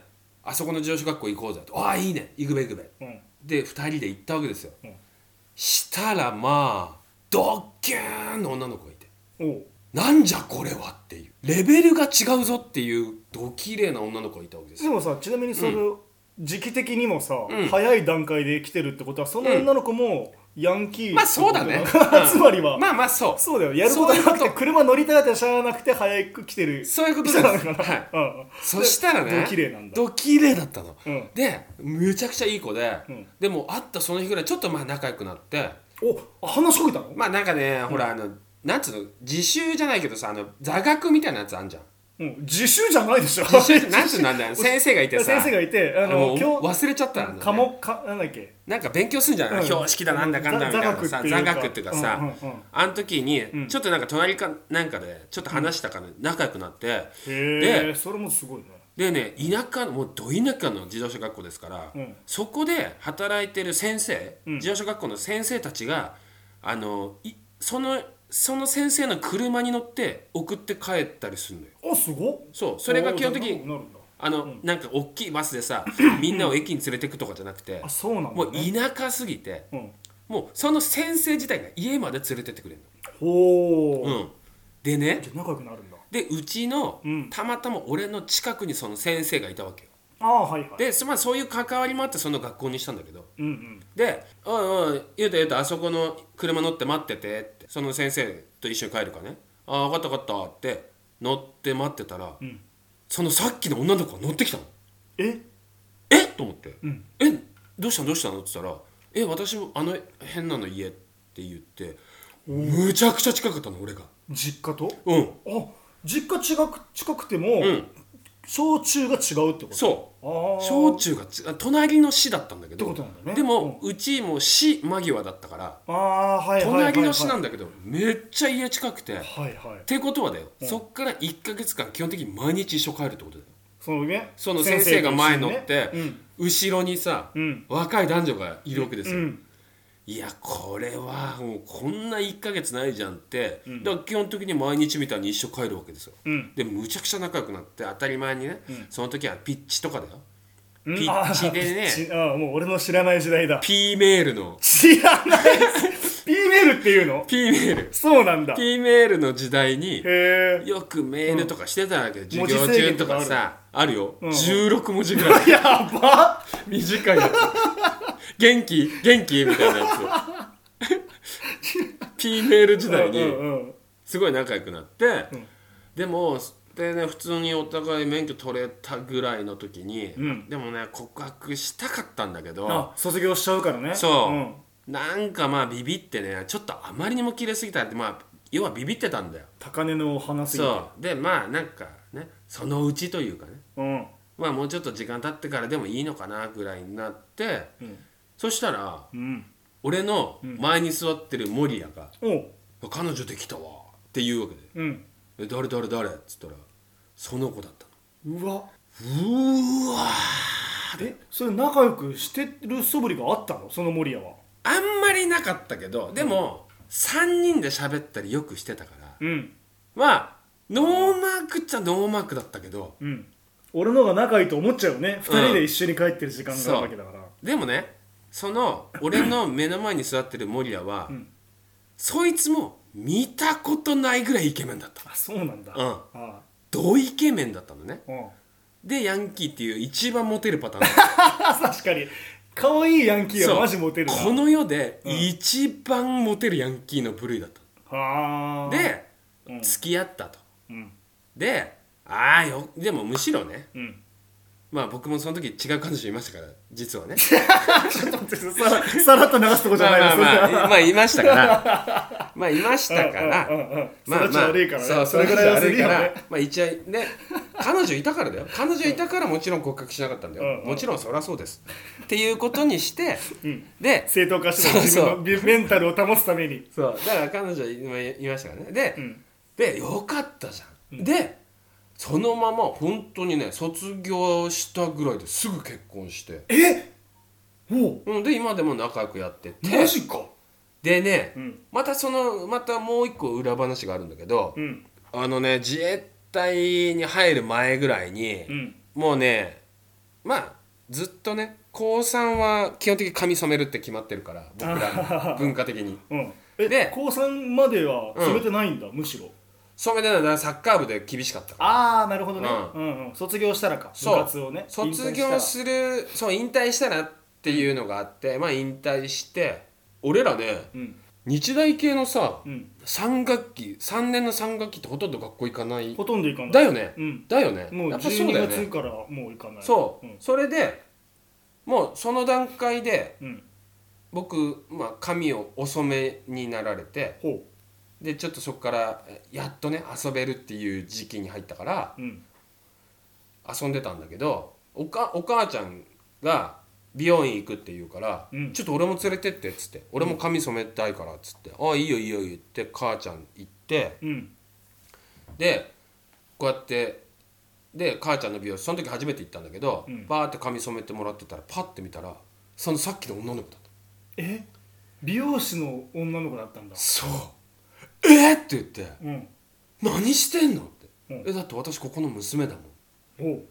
B: あそこの上司学校行こうぜと「ああいいね行くべ行くべ
A: うん」
B: で2人で行ったわけですよ、
A: うん
B: したらまあドッキューンの女の子がいて
A: おう
B: 「なんじゃこれは」っていうレベルが違うぞっていうド綺麗な女の子がいたわけです
A: で
B: よ
A: もさちなみにそれ、時期的にもさ、
B: うん
A: 早い段階で来てるってことはその女の子もヤンキー、
B: まあそうだね
A: つまりは、
B: まあまあそう
A: そうだよやることな
B: そうい
A: く
B: うこ
A: て
B: と
A: 車乗りたがってしゃあなくて早く来てる
B: そういうことです
A: 人なのかな、
B: はい
A: うん、
B: そしたらね
A: ド綺麗なんだ
B: ド綺麗だったの、
A: うん
B: でむちゃくちゃいい子で、
A: うん
B: でも会ったその日ぐらいちょっとまあ仲良くなって
A: お話しかけたの、
B: まあなんかね、ほらあのなんつうの自習じゃないけどさあの座学みたいなやつあんじゃん
A: うん、 自習じゃないでしょ
B: 自習なんつうのなん だよ先生がいてさ
A: 先生がいてあ
B: あの
A: の
B: も
A: 今
B: う
A: 日
B: 忘れちゃったんだよね
A: 科目かなんだっけ
B: なんか勉強するんじゃない、
A: うん
B: 標識だなんだかんだみたいな
A: 座座学っ
B: さ
A: てい
B: 座
A: うか
B: 学っていうかさ、
A: うんうんうん
B: あの時に
A: ん
B: ちょっとなんか隣かなんかでちょっと話したから仲良くなって、
A: へえそれもすごいね
B: でね田舎のもうど田舎の自動車学校ですから、
A: うん
B: そこで働いてる先生、
A: うん
B: 自動車学校の先生たちがあのいそのその先生の車に乗って送って帰ったりするのよ
A: あすごっ
B: そうそれが基本的
A: おーじゃあ
B: に
A: なるんだ
B: あの、なんか大きいバス でさみんなを駅に連れてくとかじゃなくて
A: あそうなんだ、ね、
B: もう田舎すぎて
A: うん、
B: もうその先生自体が家まで連れてってくれる
A: ほう、
B: の、うん、でね
A: じゃあ仲良くなるんだ
B: でうちの、
A: うん
B: たまたま俺の近くにその先生がいたわけよ
A: ああはいはい
B: で、そまあ、そういう関わりもあってその学校にしたんだけど
A: うんうん、
B: で「おいおいゆうたゆうたあそこの車乗って待ってて」ってその先生と一緒に帰るからね「ああ分かった分かった」って乗って待ってたら、
A: うん、
B: そのさっきの女の子が乗ってきたの
A: え
B: えっと思って「
A: うん
B: えどうしたのどうしたの?」って言ったら「え私もあの変なの家」って言ってむちゃくちゃ近かったの俺が
A: 実家と
B: うん
A: あ実家近く近くても、
B: うん
A: 小中が違うってこと
B: そう
A: あー
B: 小中がつあ隣の市だったんだけど
A: ってことなんだね
B: でも、うちも市間際だったから
A: ああはいはいはい、はい、
B: 隣の市なんだけど、めっちゃ家近くて、っ
A: はいはい
B: てことはだよ、そっから1か月間基本的に毎日一緒帰るってことだよ
A: そのね
B: その先生が前乗って、
A: 先生と一緒にね
B: 後ろにさ、
A: うん
B: 若い男女がいるわけです
A: う
B: よ、
A: んうん
B: いやこれはもうこんな1か月ないじゃんって、だから基本的に毎日みたいに一緒帰るわけですよ、
A: うん
B: でむちゃくちゃ仲良くなって当たり前にね、その時はピッチとかだよピッチでね
A: あーピッチあーもう俺の知らない時代だ
B: P メールの
A: 知らない P メールっていうの
B: P メール
A: そうなんだへ
B: P メールの時代に
A: え
B: よくメールとかしてたわけ、
A: 文
B: 授
A: 字
B: 業
A: 制
B: 中
A: 限
B: と
A: とかあ
B: か
A: る
B: さあるよ、
A: ん
B: 16文字ぐら い
A: やば
B: 短いやつ元気元気みたいなや つ P メール時代に、
A: うんうん
B: すごい仲良くなって、でもでね普通にお互い免許取れたぐらいの時に、
A: ん
B: でもね告白したかったんだけど
A: あ卒業しちゃうからね
B: そう、
A: ん
B: なんかまあビビってねちょっとあまりにも綺麗すぎたってまあ要はビビってたんだよ
A: 高値のお花すぎて
B: そうでまあなんかねそのうちというかね
A: うん
B: まあもうちょっと時間経ってからでもいいのかなぐらいになって、
A: ん
B: そしたら
A: うん
B: 俺の前に座ってる守屋が
A: おう
B: 「彼女できたわ」って言うわけで
A: うん
B: 「え誰誰誰?」っつったらその子だったの
A: うわ
B: うーわ
A: えそれ仲良くしてる素振りがあったのその守屋は
B: あんまりなかったけどでも、3人で喋ったりよくしてたから
A: うん
B: まあノーマークっちゃノーマークだったけど
A: うん俺のが仲いいと思っちゃうよね二人で一緒に帰ってる時間があるわけだから
B: でもねその俺の目の前に座ってる守屋は、
A: ん
B: そいつも見たことないぐらいイケメンだった
A: あそうなんだ
B: うん
A: ああ
B: ドイケメンだったのね
A: うん
B: でヤンキーっていう一番モテるパターン
A: あ確かに可愛 いヤンキー
B: そう
A: はマジモテるな
B: この世で一番モテるヤンキーの部類だった、
A: はあ
B: で、
A: うん
B: 付き合ったと
A: うん
B: でああよでもむしろね
A: うん
B: まあ僕もその時違う彼女いましたから 実はね
A: ちょっと待ってさらさらっと流すとこじゃ
B: ま
A: ない
B: あ
A: で
B: まあ
A: す
B: まあまあいましたから まあいましたから
A: うんうんうんうん
B: まあまあ
A: 育ち悪いからね
B: そう
A: それぐらいは
B: 育ち悪
A: す
B: いか
A: るよ
B: ら
A: ね
B: まあ一応ね彼女いたからだよ彼女いたからもちろん告白しなかったんだ
A: うん
B: よ
A: うん
B: もちろんそりゃそうですっていうことにして
A: うん
B: で
A: 正当化して自分のビメンタルを保つために
B: そうだから彼女いいましたからねで、
A: ん
B: でよかったじゃん、でそのまま本当にね卒業したぐらいですぐ結婚して
A: えおう
B: うんで今でも仲良くやってて
A: マジか
B: でね、
A: うん
B: またそのまたもう一個裏話があるんだけど、
A: うん
B: あのね自衛隊に入る前ぐらいに、
A: うん
B: もうねまあずっとね高3は基本的に髪染めるって決まってるから僕ら文化的に
A: うんえ
B: で
A: 高3までは染めてないんだむしろ
B: 染めてないだからサッカー部で厳しかったから
A: ああなるほど
B: ねうん
A: うん卒業したらか
B: そう卒業するそう引退したらっていうのがあってまあ引退して俺らね
A: うん
B: 日大系のさ
A: うん
B: 3学期3年の3学期ってほとんど学校行かない
A: ほとんどいかない
B: だよね
A: うん
B: だよね
A: もう
B: やっぱそうだよ
A: 12月
B: ね
A: からもう行かない
B: そう、
A: ん
B: それでもうその段階で
A: うん
B: 僕、まあ、髪をお染めになられて
A: ほ
B: でちょっとそこからやっとね遊べるっていう時期に入ったから、
A: ううん
B: 遊んでたんだけどおかお母ちゃんが美容院行くって言うから、
A: うん
B: ちょっと俺も連れてってっつって俺も髪染めたいからっつって、ああいいよいいよ言って母ちゃん行って
A: うん
B: でこうやってで母ちゃんの美容室その時初めて行ったんだけど、
A: うん
B: バーって髪染めてもらってたらパッて見たらそのさっきの女の子だった
A: え美容師の女の子だったんだ
B: そうえっ、って言って
A: うん
B: 何してんのって、
A: うん
B: えだって私ここの娘だもん
A: ほう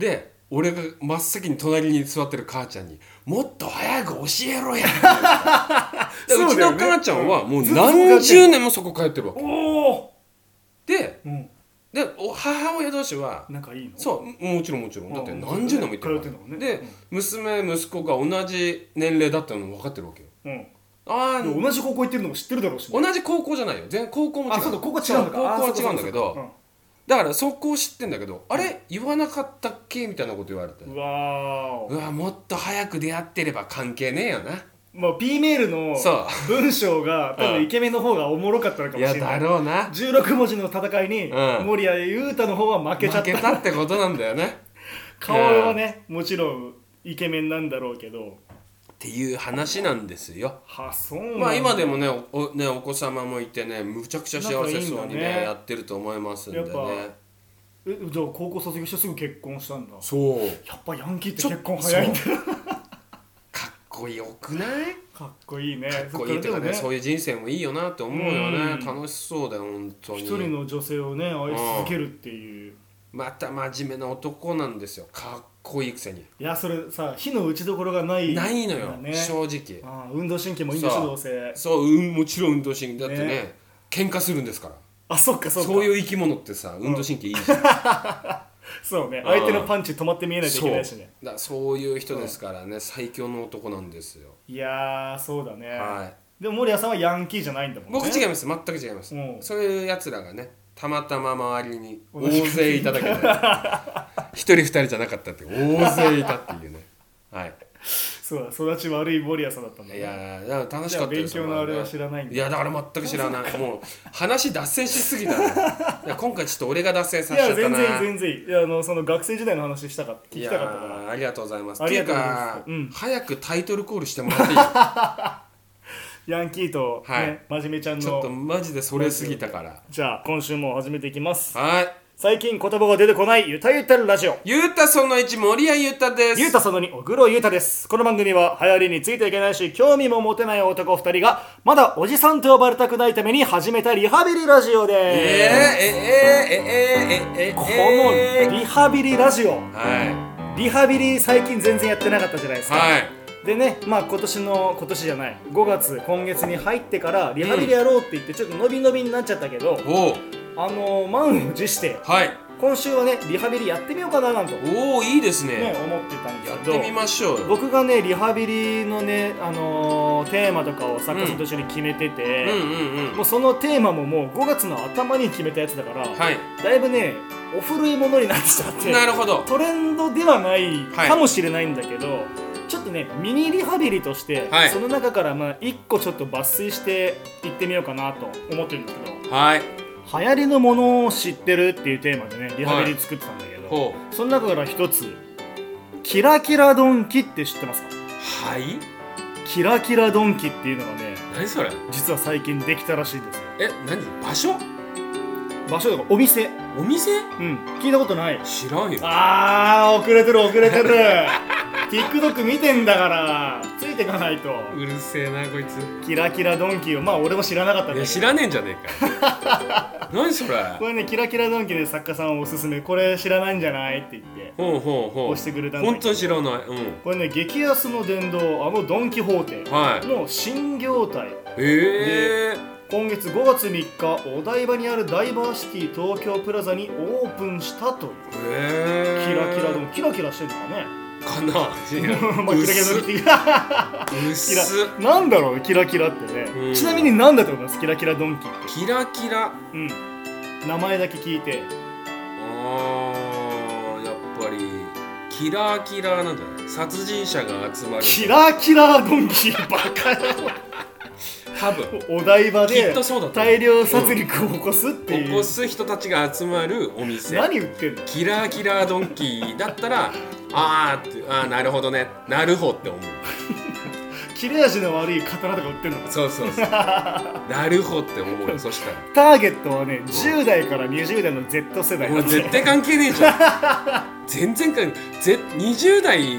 B: で俺が真っ先に隣に座ってる母ちゃんに「もっと早く教えろや」 でう
A: そう
B: ち
A: だよ
B: の
A: ね
B: 母ちゃんはもう
A: ずっと通
B: 何
A: ってる
B: 十年もそこ通ってるわけ
A: おお
B: で
A: うん
B: でお母親同士は
A: 仲いいの
B: そうもちろんもちろんだって
A: うん
B: 何十年も行ってるわけ
A: 通ってんだもんね
B: で娘息子が同じ年齢だったのも分かってるわけよ
A: うん
B: ああ
A: で同じ高校行ってるのも知ってるだろうしね
B: 同じ高校じゃないよ全高校も違う
A: あそうだ高校違うんだ
B: そう高校
A: あ
B: は違うんだけ
A: そうかそう
B: ど
A: か
B: だからそこを知ってんだけどあれ言わなかったっけみたいなこと言われて
A: うんうわ
B: う
A: ー
B: わもっと早く出会ってれば関係ねえよな
A: まあ P メールの
B: そ
A: 文章が多
B: うん
A: 分イケメンの方がおもろかったのか
B: い
A: も
B: や
A: しれな
B: だ
A: い
B: ろうな
A: 16文字の戦いに
B: うん
A: 守谷優太の方は負けちゃ
B: 負
A: った
B: けたってことなんだよね
A: 顔はねもちろんイケメンなんだろうけど
B: っていう話なんですよ
A: はそうなんだ
B: まあ今でもねおおねお子様もいてねむちゃくちゃ幸せそうにね
A: 仲いいんだね
B: やってると思いますんでね
A: やっぱえじゃあ高校卒業してすぐ結婚したんだ
B: そう
A: やっぱヤンキーって
B: ちょ
A: 結婚早いんだ
B: そうかっこよくない
A: かっこいいね
B: かっこいいとかね
A: そっ
B: そういう人生もいいよなって思うよね
A: うん
B: 楽しそうだよ本当に
A: 一人の女性をね愛し続けるっていう
B: また真面目な男なんですよかっこいいくせに
A: いやそれさ火の打ちどころがない
B: ないのよ、
A: ね
B: 正直
A: ああ運動神経もいいんでしょ
B: そう
A: どうせ
B: そう、うん、もちろん運動神経だってね
A: ね
B: 喧嘩するんですから
A: あそっかそ
B: そ
A: っ
B: う
A: か
B: いう生き物ってさ運動神経いいじゃん、
A: そうね
B: ん
A: 相手のパンチ止まって見えないとい
B: そ
A: け
B: う
A: ないしね
B: だそういう人ですからね、最強の男なんですよ、
A: いやーそうだね、
B: はい
A: でも森谷さんはヤンキーじゃないんだもんね
B: 僕違います全く違います、
A: うん
B: そういうやつらがねたまたま周りに大勢いた だけで一人二人じゃなかったっていう大勢いたっていうねはい
A: そうだ育ち悪い森谷さんだったんだ
B: い
A: ね
B: やーだから楽しかったです
A: じゃあ勉強のあれは知らないんだ
B: いやだから全く知らないもう話脱線しすぎたね いや今回ちょっと俺が脱線させちゃった
A: 全
B: な
A: 然全然いいいやあのその学生時代の話したかった聞きたかったから
B: いやーありがとうございます
A: あ
B: って
A: り
B: い
A: が
B: う
A: とうございます
B: か、
A: うん
B: 早くタイトルコールしてもらっていい
A: ヤンキーと、ね
B: はい
A: 真面目ちゃん
B: ちょっと
A: の
B: マジでそれすぎたから
A: じゃあ今週も始めていきます
B: はい
A: 最近言葉が出てこないゆたゆたるラジオ
B: ゆうたその1森谷ゆうたです
A: ゆうたその2、小黒ゆうたです。この番組は、流行りについていけないし、興味も持てない男2人が、まだおじさんと呼ばれたくないために始めたリハビリラジオ
B: えー、えー、えー、えー、えー、えー、え
A: です。
B: ー、えー、えー、
A: このリハビリラジオ、
B: は
A: リハビリ最近全然やってなかったじゃないですか。
B: いはい
A: でね、まあ今年の、今年じゃない、5月、今月に入ってから、リハビリやろうって言って、ちょっと伸び伸びになっちゃったけど、
B: おお
A: あのー、満を持して、
B: はい
A: 今週はね、リハビリやってみようかななんと、ね、
B: おおいいですね
A: 思ってたんです
B: やっ
A: けど。
B: てみましょうよ
A: 僕がねリハビリのね、あのーテーマとかを作家さんと一緒に決めて
B: う
A: て
B: ん、うんうん
A: もうそのテーマももう5月の頭に決めたやつだから、
B: はい
A: だいぶねお古いものになってきちゃって
B: なるほど
A: トレンドではない
B: はい
A: かもしれないんだけど、ちょっとねミニリハビリとして、
B: はい
A: その中からまあ1個ちょっと抜粋していってみようかなと思ってるんですけど
B: はい
A: 「流行りのものを知ってる」っていうテーマでねリハビリ作ってたんだけど、
B: ほ
A: その中から1つ「キラキラドンキ」って知ってますか
B: うはい
A: キラキラドンキっていうのがね
B: 何それ
A: 実は最近できたらしいんですよ
B: え何場所
A: 場所とかお店
B: お店
A: うん聞いたことない
B: 知らんよ
A: あー遅れてる遅れてる TikTok 見てんだからついてかないと
B: うるせえなこいつ
A: キラキラドンキをまあ俺も知らなかったん
B: い
A: だ
B: や
A: け
B: 知
A: ど
B: らねえんじゃねえ か何それ
A: これねキラキラドンキで作家さんおすすめこれ知らないんじゃないって言って
B: ほうほうほう
A: 押してくれたんだけど
B: 本当に知らないうん
A: これね激安の殿堂あのドン・キホーテ
B: はい
A: の新業態
B: ええ
A: 今月5月3日お台場にあるダイバーシティ東京プラザにオープンしたという
B: ー、ええ
A: キラキラでもキラキラしてるのか ね。
B: か な
A: まあキラキラドンキ ってキ
B: うっ
A: ラ
B: す
A: なんだろうキラキラって
B: う
A: ね。
B: ん
A: ちなみになんだと思いますキラキラドンキって。
B: キラキラ
A: うん。名前だけ聞いて。
B: あーやっぱりキラキラなんじゃない殺人者が集まる
A: キラキラドンキバカだ
B: 多分
A: お台場
B: きっ
A: で
B: とそうだった
A: 大量殺戮を起こすって
B: 起
A: い
B: こ
A: う。
B: す人たちが集まるお店
A: 何売ってんの
B: キラキラドンキーだったらあーってあーなるほどねなるほって思う
A: 切れ味の悪い刀とか売ってんのか
B: そうそ うそうなるほって思うよそした
A: タ
B: ら
A: ーゲットはね10代から20代の Z 世代
B: もう絶対関係ねえじゃ ん全然関係ない20代、あ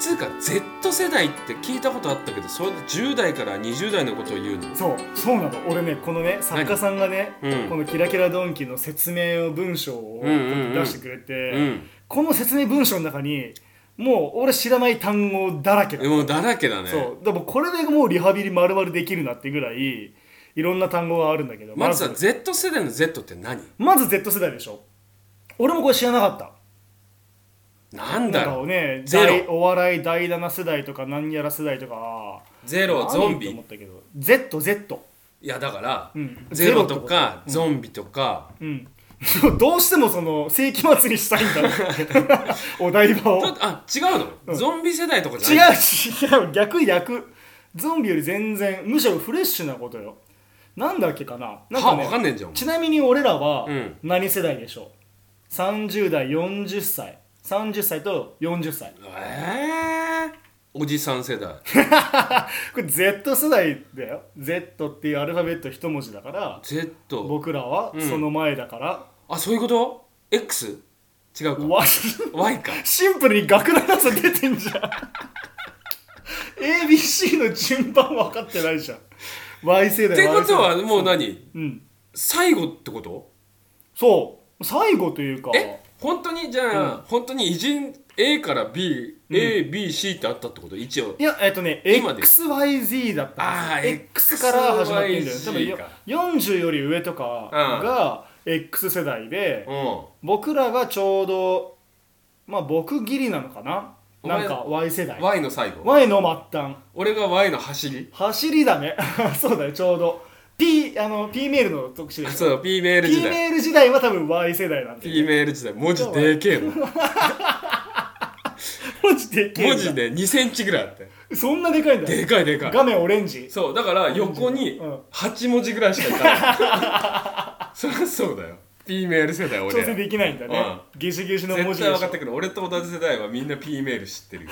B: つうか Z 世代って聞いたことあったけどそれで10代から20代のことを言うの
A: そうそうなの俺ねこのね作家さんがね、
B: うん
A: この「キラキラドンキ」の説明を文章を
B: うんうんうん
A: 出してくれて、
B: うん
A: この説明文章の中にもう俺知らない単語だらけだ、
B: もうだらけだね
A: そうでもこれでもうリハビリ丸々できるなってぐらいいろんな単語があるんだけど
B: まずさ Z 世代の Z って何
A: まず Z 世代でしょ俺もこれ知らなかった
B: なん
A: な
B: だ
A: んか
B: ろう
A: ね
B: ゼロ
A: 大お笑い第7世代とか何やら世代とか
B: ゼロゾ
A: 何
B: ン
A: と思
B: ビ
A: ったけど ZZ
B: いやだから、
A: うん
B: ゼロとかゾンビとか、
A: うん、 どうしてもその世紀末にしたいんだね お台場を違
B: ちょっとあ違うの、ゾンビ世代とかじゃないう
A: 違う逆逆ゾンビより全然むしろフレッシュなことよなんだっけかななんか、
B: はわかんねえじゃんお前
A: ちなみに俺らは
B: うん
A: 何世代でしょう、30代40歳30歳と40歳
B: えー、おじさん 世代
A: これ Z 世代だよ Z っていうアルファベット一文字だから
B: Z
A: 僕らは
B: うん
A: その前だから、
B: あそういうこと X 違うか
A: わ
B: Y か
A: シンプルに学ランさ出てんじゃん ABC の順番分かってないじゃん Y 世
B: っ
A: 代
B: てこと
A: Y 世代
B: はもう何
A: うん
B: 最後ってこと
A: そう最後というか
B: え本当にじゃあ、本当に偉人 A から B、A、B、C ってあったってこと一応
A: いや、えっとね、
B: 今で
A: XYZ だったんですよ。
B: あ
A: X から
B: ー
A: 始まってるんだよね。多
B: XYZ
A: 分よ40より上とかが X 世代で、
B: うんお
A: 僕らがちょうど、まあ僕ギリなのかな
B: お前
A: なんか Y 世代。
B: Y の最後
A: Y の末端。
B: 俺が Y の走り
A: 走りだね。 そうだよ、ちょうど。P、あの、P メールの特集で
B: あ
A: す。
B: そう P メール
A: P
B: 時代
A: メール時代は多分 Y 世代なんで。
B: P メール時代文字でけえの
A: 文字でけえんだ
B: 文字で2センチぐらいあって
A: そんなでかいんだ
B: でかいでかい
A: 画面オレンジ。
B: そうだから横に
A: うん
B: 8文字ぐらいしかいか ないそりゃそうだよ P メール世代
A: 調整
B: 俺
A: できないんだね
B: う。
A: ゲシゲシの文字
B: 絶
A: で
B: 対
A: し
B: 分
A: ょ
B: かってくる俺と同じ世代はみんな P メール知ってる よ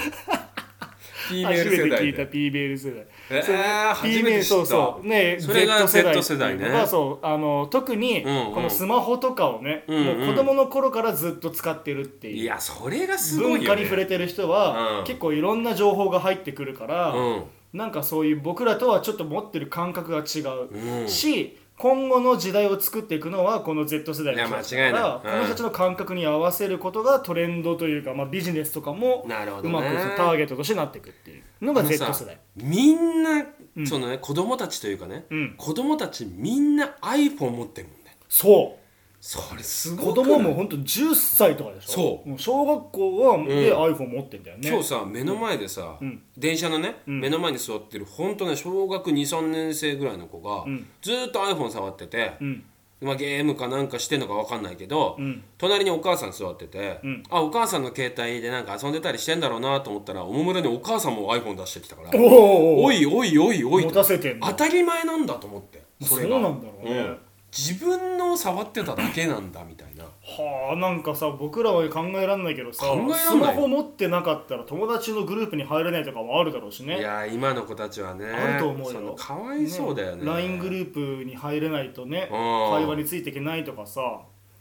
B: P メー
A: 初
B: ル
A: めて
B: 世代
A: 聞いた
B: で
A: P メール世代。
B: えー、初
A: P メー
B: め
A: ル
B: て知
A: そ
B: っ
A: う
B: た
A: そう。ね、
B: それが
A: Z
B: Z
A: 世
B: 世
A: 代っ
B: 代ね
A: ていうのがそうあの特に
B: うんうん
A: このスマホとかをね、
B: うんうん
A: もう子供の頃からずっと使ってるって
B: い
A: いう。
B: やそれがすご
A: 文
B: い
A: 化
B: よ、
A: に
B: ね、
A: 触れてる人は、
B: うん
A: 結構いろんな情報が入ってくるから、
B: う
A: なんかそういう僕らとはちょっと持ってる感覚が違う。
B: ん、うん、
A: し今後の時代を作っていくのはこの Z 世代の人たちだか
B: いや
A: ら
B: 間違い
A: こ
B: ないうん
A: の人たちの感覚に合わせることがトレンドというか、まあ、ビジネスとかも
B: なるほ
A: う
B: どね
A: まくそのターゲットとしてなっていくっていうの
B: あ
A: が
B: の
A: Z
B: さ
A: 世代
B: みんな、
A: うん
B: そのね子供たちというかね、
A: うん
B: 子供たちみんな iPhone 持ってるもんね
A: そ
B: それす
A: う
B: ご
A: 子
B: くない
A: 供も本当10歳とかでしょ
B: そう
A: も小学校は、で
B: うん
A: iPhone 持ってんだよね
B: 今日さ目の前でさ、
A: うん
B: 電車のね、
A: ん
B: 目の前に座ってる本当ね小学23年生ぐらいの子が、
A: ん
B: ずーっと iPhone 触ってて、
A: うん
B: まあ、ゲームかなんかしてんのか分かんないけど、
A: うん
B: 隣にお母さん座ってて、
A: うん
B: あお母さんの携帯でなんか遊んでたりしてんだろうなと思ったらおもむろにお母さんも iPhone 出してきたから
A: おーお
B: お
A: い
B: いおいおいおいと
A: 持たせてんだ
B: 当たり前なんだと思って
A: そう
B: れが
A: なんだろうね、
B: うん自分のを触ってただけなんだみたいな
A: はあなんかさ僕らは考えられないけどさ
B: 考えらんない
A: スマホ持ってなかったら友達のグループに入れないとかもあるだろうしね
B: いやー今の子たちはね
A: あると思うよ
B: そのかわいそうだよね
A: LINE グループに入れないとね
B: ん
A: 会話についていけないとかさ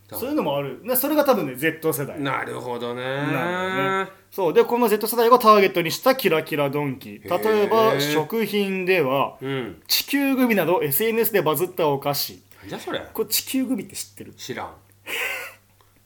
B: だ
A: そういうのもあるねそれが多分ね Z 世代
B: なるほどね
A: なんだよねそうでこの Z 世代をターゲットにしたキラキラドンキ例えば
B: へー
A: 食品では
B: うん
A: 地球グミなど SNS でバズったお菓子
B: なんじゃそれ
A: これ地球グミって知ってる
B: 知らん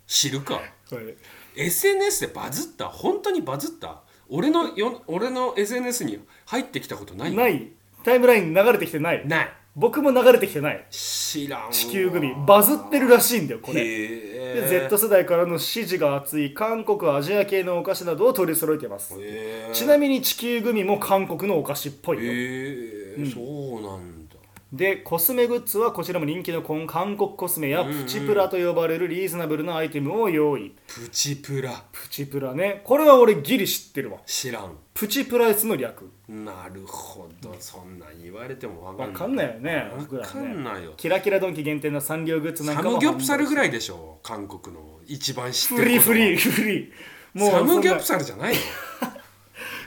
B: 知るか
A: これ
B: SNS でバズった本当にバズった俺のよ俺の SNS に入ってきたことない
A: ないタイムラインに流れてきてない
B: ない
A: 僕も流れてきてない
B: 知らんわ
A: 地球グミバズってるらしいんだよこれ
B: へ
A: で
B: ー
A: Z 世代からの支持が厚い韓国アジア系のお菓子などを取り揃えています
B: へー
A: ちなみに地球グミも韓国のお菓子っぽいよ、
B: えーそうなんだ
A: でコスメグッズはこちらも人気の韓韓国コスメやプチプラと呼ばれるリーズナブルなアイテムを用意
B: プチプラ
A: プチプラねこれは俺ギリ知ってるわ
B: 知らん
A: プチプライスの略
B: なるほどそんなん言われてもわか
A: わ
B: んない
A: かんないよね
B: わ
A: 僕らね
B: かんないよ
A: キラキラドンキ限定のサンリオグッズなん
B: サ
A: かも
B: ムギョプサルぐ
A: い
B: らいでしょ韓国の一番知って
A: フ
B: る
A: リー
B: こと
A: フリーフリーもう
B: サムギョプ
A: そんな
B: サルじゃないよ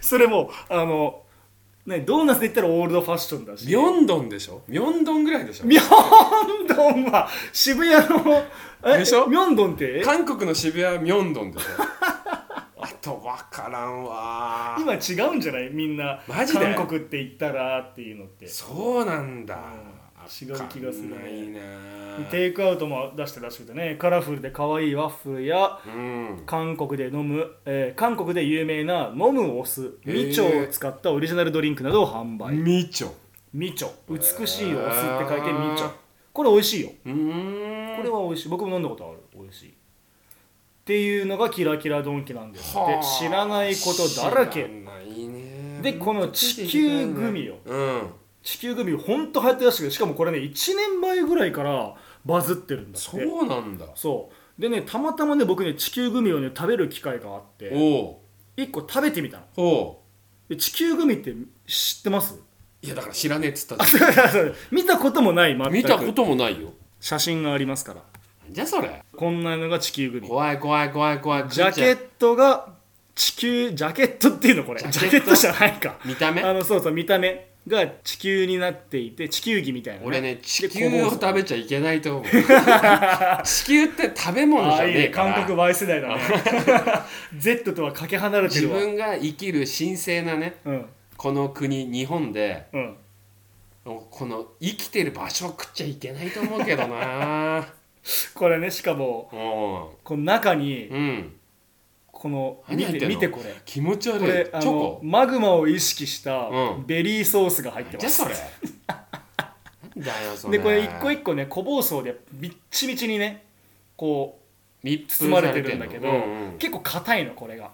A: それもうあのねドーナツで言ったらオールドファッションだし
B: ミョンドンでしょミョンドンぐらいでしょ
A: ミョンドンは渋谷のえ
B: でしょ
A: ミョンドンって
B: 韓国の渋谷ミョンドンでしょ あとわからんわ
A: 今違うんじゃないみんな
B: マジで
A: 韓国って言ったらっていうのって
B: そうなんだ
A: 違う気がするね
B: わかんないな
A: テイクアウトも出してらしくてねカラフルで可愛いワッフルや
B: うん
A: 韓国で飲む、えー韓国で有名な飲むお酢みちょを使ったオリジナルドリンクなどを販売
B: みちょ
A: みちょ美しいお酢って書いてみちょこれ美味しいよ
B: うーん
A: これは美味しい僕も飲んだことある美味しいっていうのがキラキラドンキなんですって知らないことだらけ
B: 知らないね
A: でこの地球グミを
B: うん
A: 地球グミ本当流行ってらしくてしかもこれね1年前ぐらいからバズってるんだって
B: そうなんだ
A: そうでねたまたまね僕ね地球グミをね食べる機会があって
B: お
A: 1個食べてみたの
B: おお
A: で地球グミって知ってます
B: ういやだから知らねえっつったじ
A: 見たこともない全
B: ゃ
A: く
B: ん見たこともないよ
A: 写真がありますから
B: なんじゃそれ
A: こんなのが地球グミ
B: 怖い怖い怖い怖い
A: ジャケットが地球ジャケットっていうのこれジ
B: ジ
A: ャケ
B: ャケ
A: ッ
B: ッ
A: ト
B: ト
A: じゃないか
B: 見た目
A: あのそうそう見た目が地球になっていて地球儀みたいな、
B: 俺ね地球
A: で
B: を
A: こぼ
B: 食べちゃいけない と思う地球って食べ
A: う
B: 物
A: あ
B: じゃ
A: あいい
B: ね
A: ね
B: えから
A: 韓国 Y 世代だね Z とはかけ離れて
B: 自
A: るわ
B: 分が生きる神聖なね
A: うん
B: この国日本で
A: うん
B: この生きてる場所を食っちゃいけないと思うけどな
A: これねしかも
B: お
A: この中に
B: ーうん
A: この
B: 何
A: 見
B: 入っててんの
A: 見てこれ
B: 気持ち悪い
A: これあ
B: チョ
A: の
B: コ
A: マグマを意識した
B: うん
A: ベリーソースが入って
B: じ
A: ま
B: ゃ
A: す、
B: それなんだよそれ
A: でこれ一個一個ね小包装でびっちびちにねこ
B: 密
A: う包まれてるんだけど、
B: 封されてんのうんうん
A: 結構硬いのこれが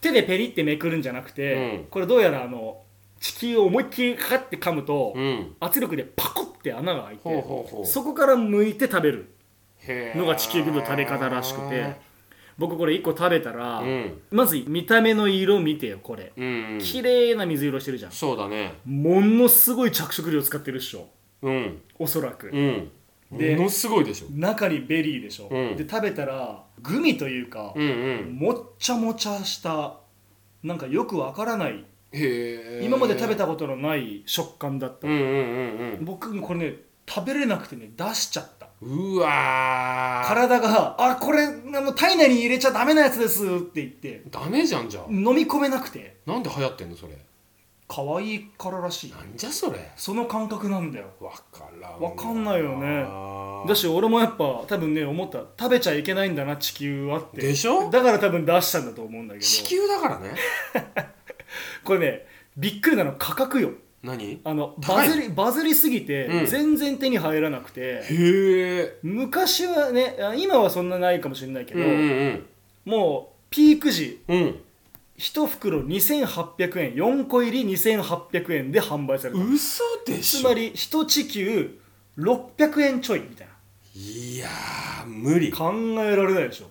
A: 手でペリってめくるんじゃなくて、
B: うん
A: これどうやらあの地球を思いっきりかかって噛むと、
B: うん
A: 圧力でパコって穴が開いて
B: ほうほうほう
A: そこから剥いて食べる
B: へー
A: のが地球グミの食べ方らしくて僕これ1個食べたら、
B: うん
A: まず見た目の色見てよこれ
B: うんうん
A: 綺麗な水色してるじゃん
B: そうだね
A: ものすごい着色料使ってるっしょ
B: うん
A: おそらく、
B: うん
A: で
B: ものすごいでしょ
A: 中にベリーでしょ、
B: うん
A: で食べたらグミというか
B: う、んうん
A: もっちゃもちゃしたなんかよくわからない
B: へえ
A: 今まで食べたことのない食感だった、
B: うんうんうん
A: 僕これね食べれなくてね出しちゃった
B: うんうわー
A: 体が「あこれあの体内に入れちゃダメなやつです」って言って
B: ダメじゃんじゃあ
A: 飲み込めなくて
B: なんで流行ってんのそれ
A: 可愛いかららしい
B: なんじゃそれ
A: その感覚なんだよ
B: わからん
A: わかんないよね
B: あー
A: だし俺もやっぱ多分ね思った食べちゃいけないんだな地球はって
B: でしょ
A: だから多分出したんだと思うんだけど
B: 地球だからね
A: これねびっくりなの価格よ
B: 何
A: あの
B: 高
A: バ
B: い
A: ズりバズりすぎて、
B: うん
A: 全然手に入らなくて
B: へえ
A: 昔はねあ今はそんなないかもしれないけ
B: う
A: ど、
B: んうん
A: もうピーク時
B: うんうん
A: 1袋2800円4個入り2800円で販売された
B: 嘘でしょ
A: つまり1地球600円ちょいみたいない
B: やー無理
A: 考えられないでしょ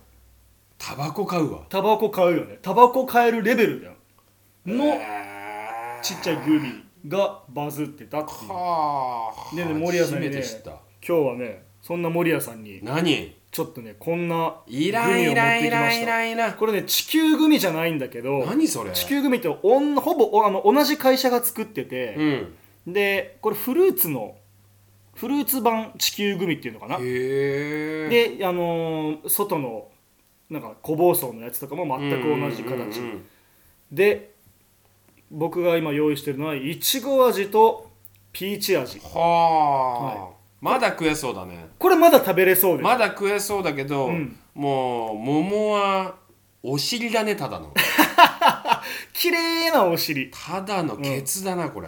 B: タバコ買うわ
A: タバコ買うよねタバコ買えるレベルだよの
B: えー
A: ちっちゃいグミがバズってたっていう今
B: はあ
A: でね森谷さんにね
B: 初めて知った
A: 日はねそんな守屋さんに
B: 何
A: ちょっとねこんなグミ
B: い
A: を
B: ら
A: 持
B: んいら
A: っ
B: ん
A: てき
B: いら
A: ま
B: んい
A: した
B: らんいらん
A: これね地球グミじゃないんだけど
B: 何それ
A: 地球グミっておんほぼおあの同じ会社が作って
B: う
A: て、
B: ん
A: でこれフルーツのフルーツ版地球グミっていうのかな
B: へえ
A: で、あのー外のなんか小包装のやつとかも全く同じ形、
B: うんうん
A: で僕が今用意してるのはいちご味とピーチ味
B: はあ、
A: は
B: まだ食えそうだね
A: これまだ食べれそうです、
B: まだ食えそうだけど、
A: うん
B: もう桃はお尻だねただの
A: 綺麗なお尻
B: ただのケツだなこれ、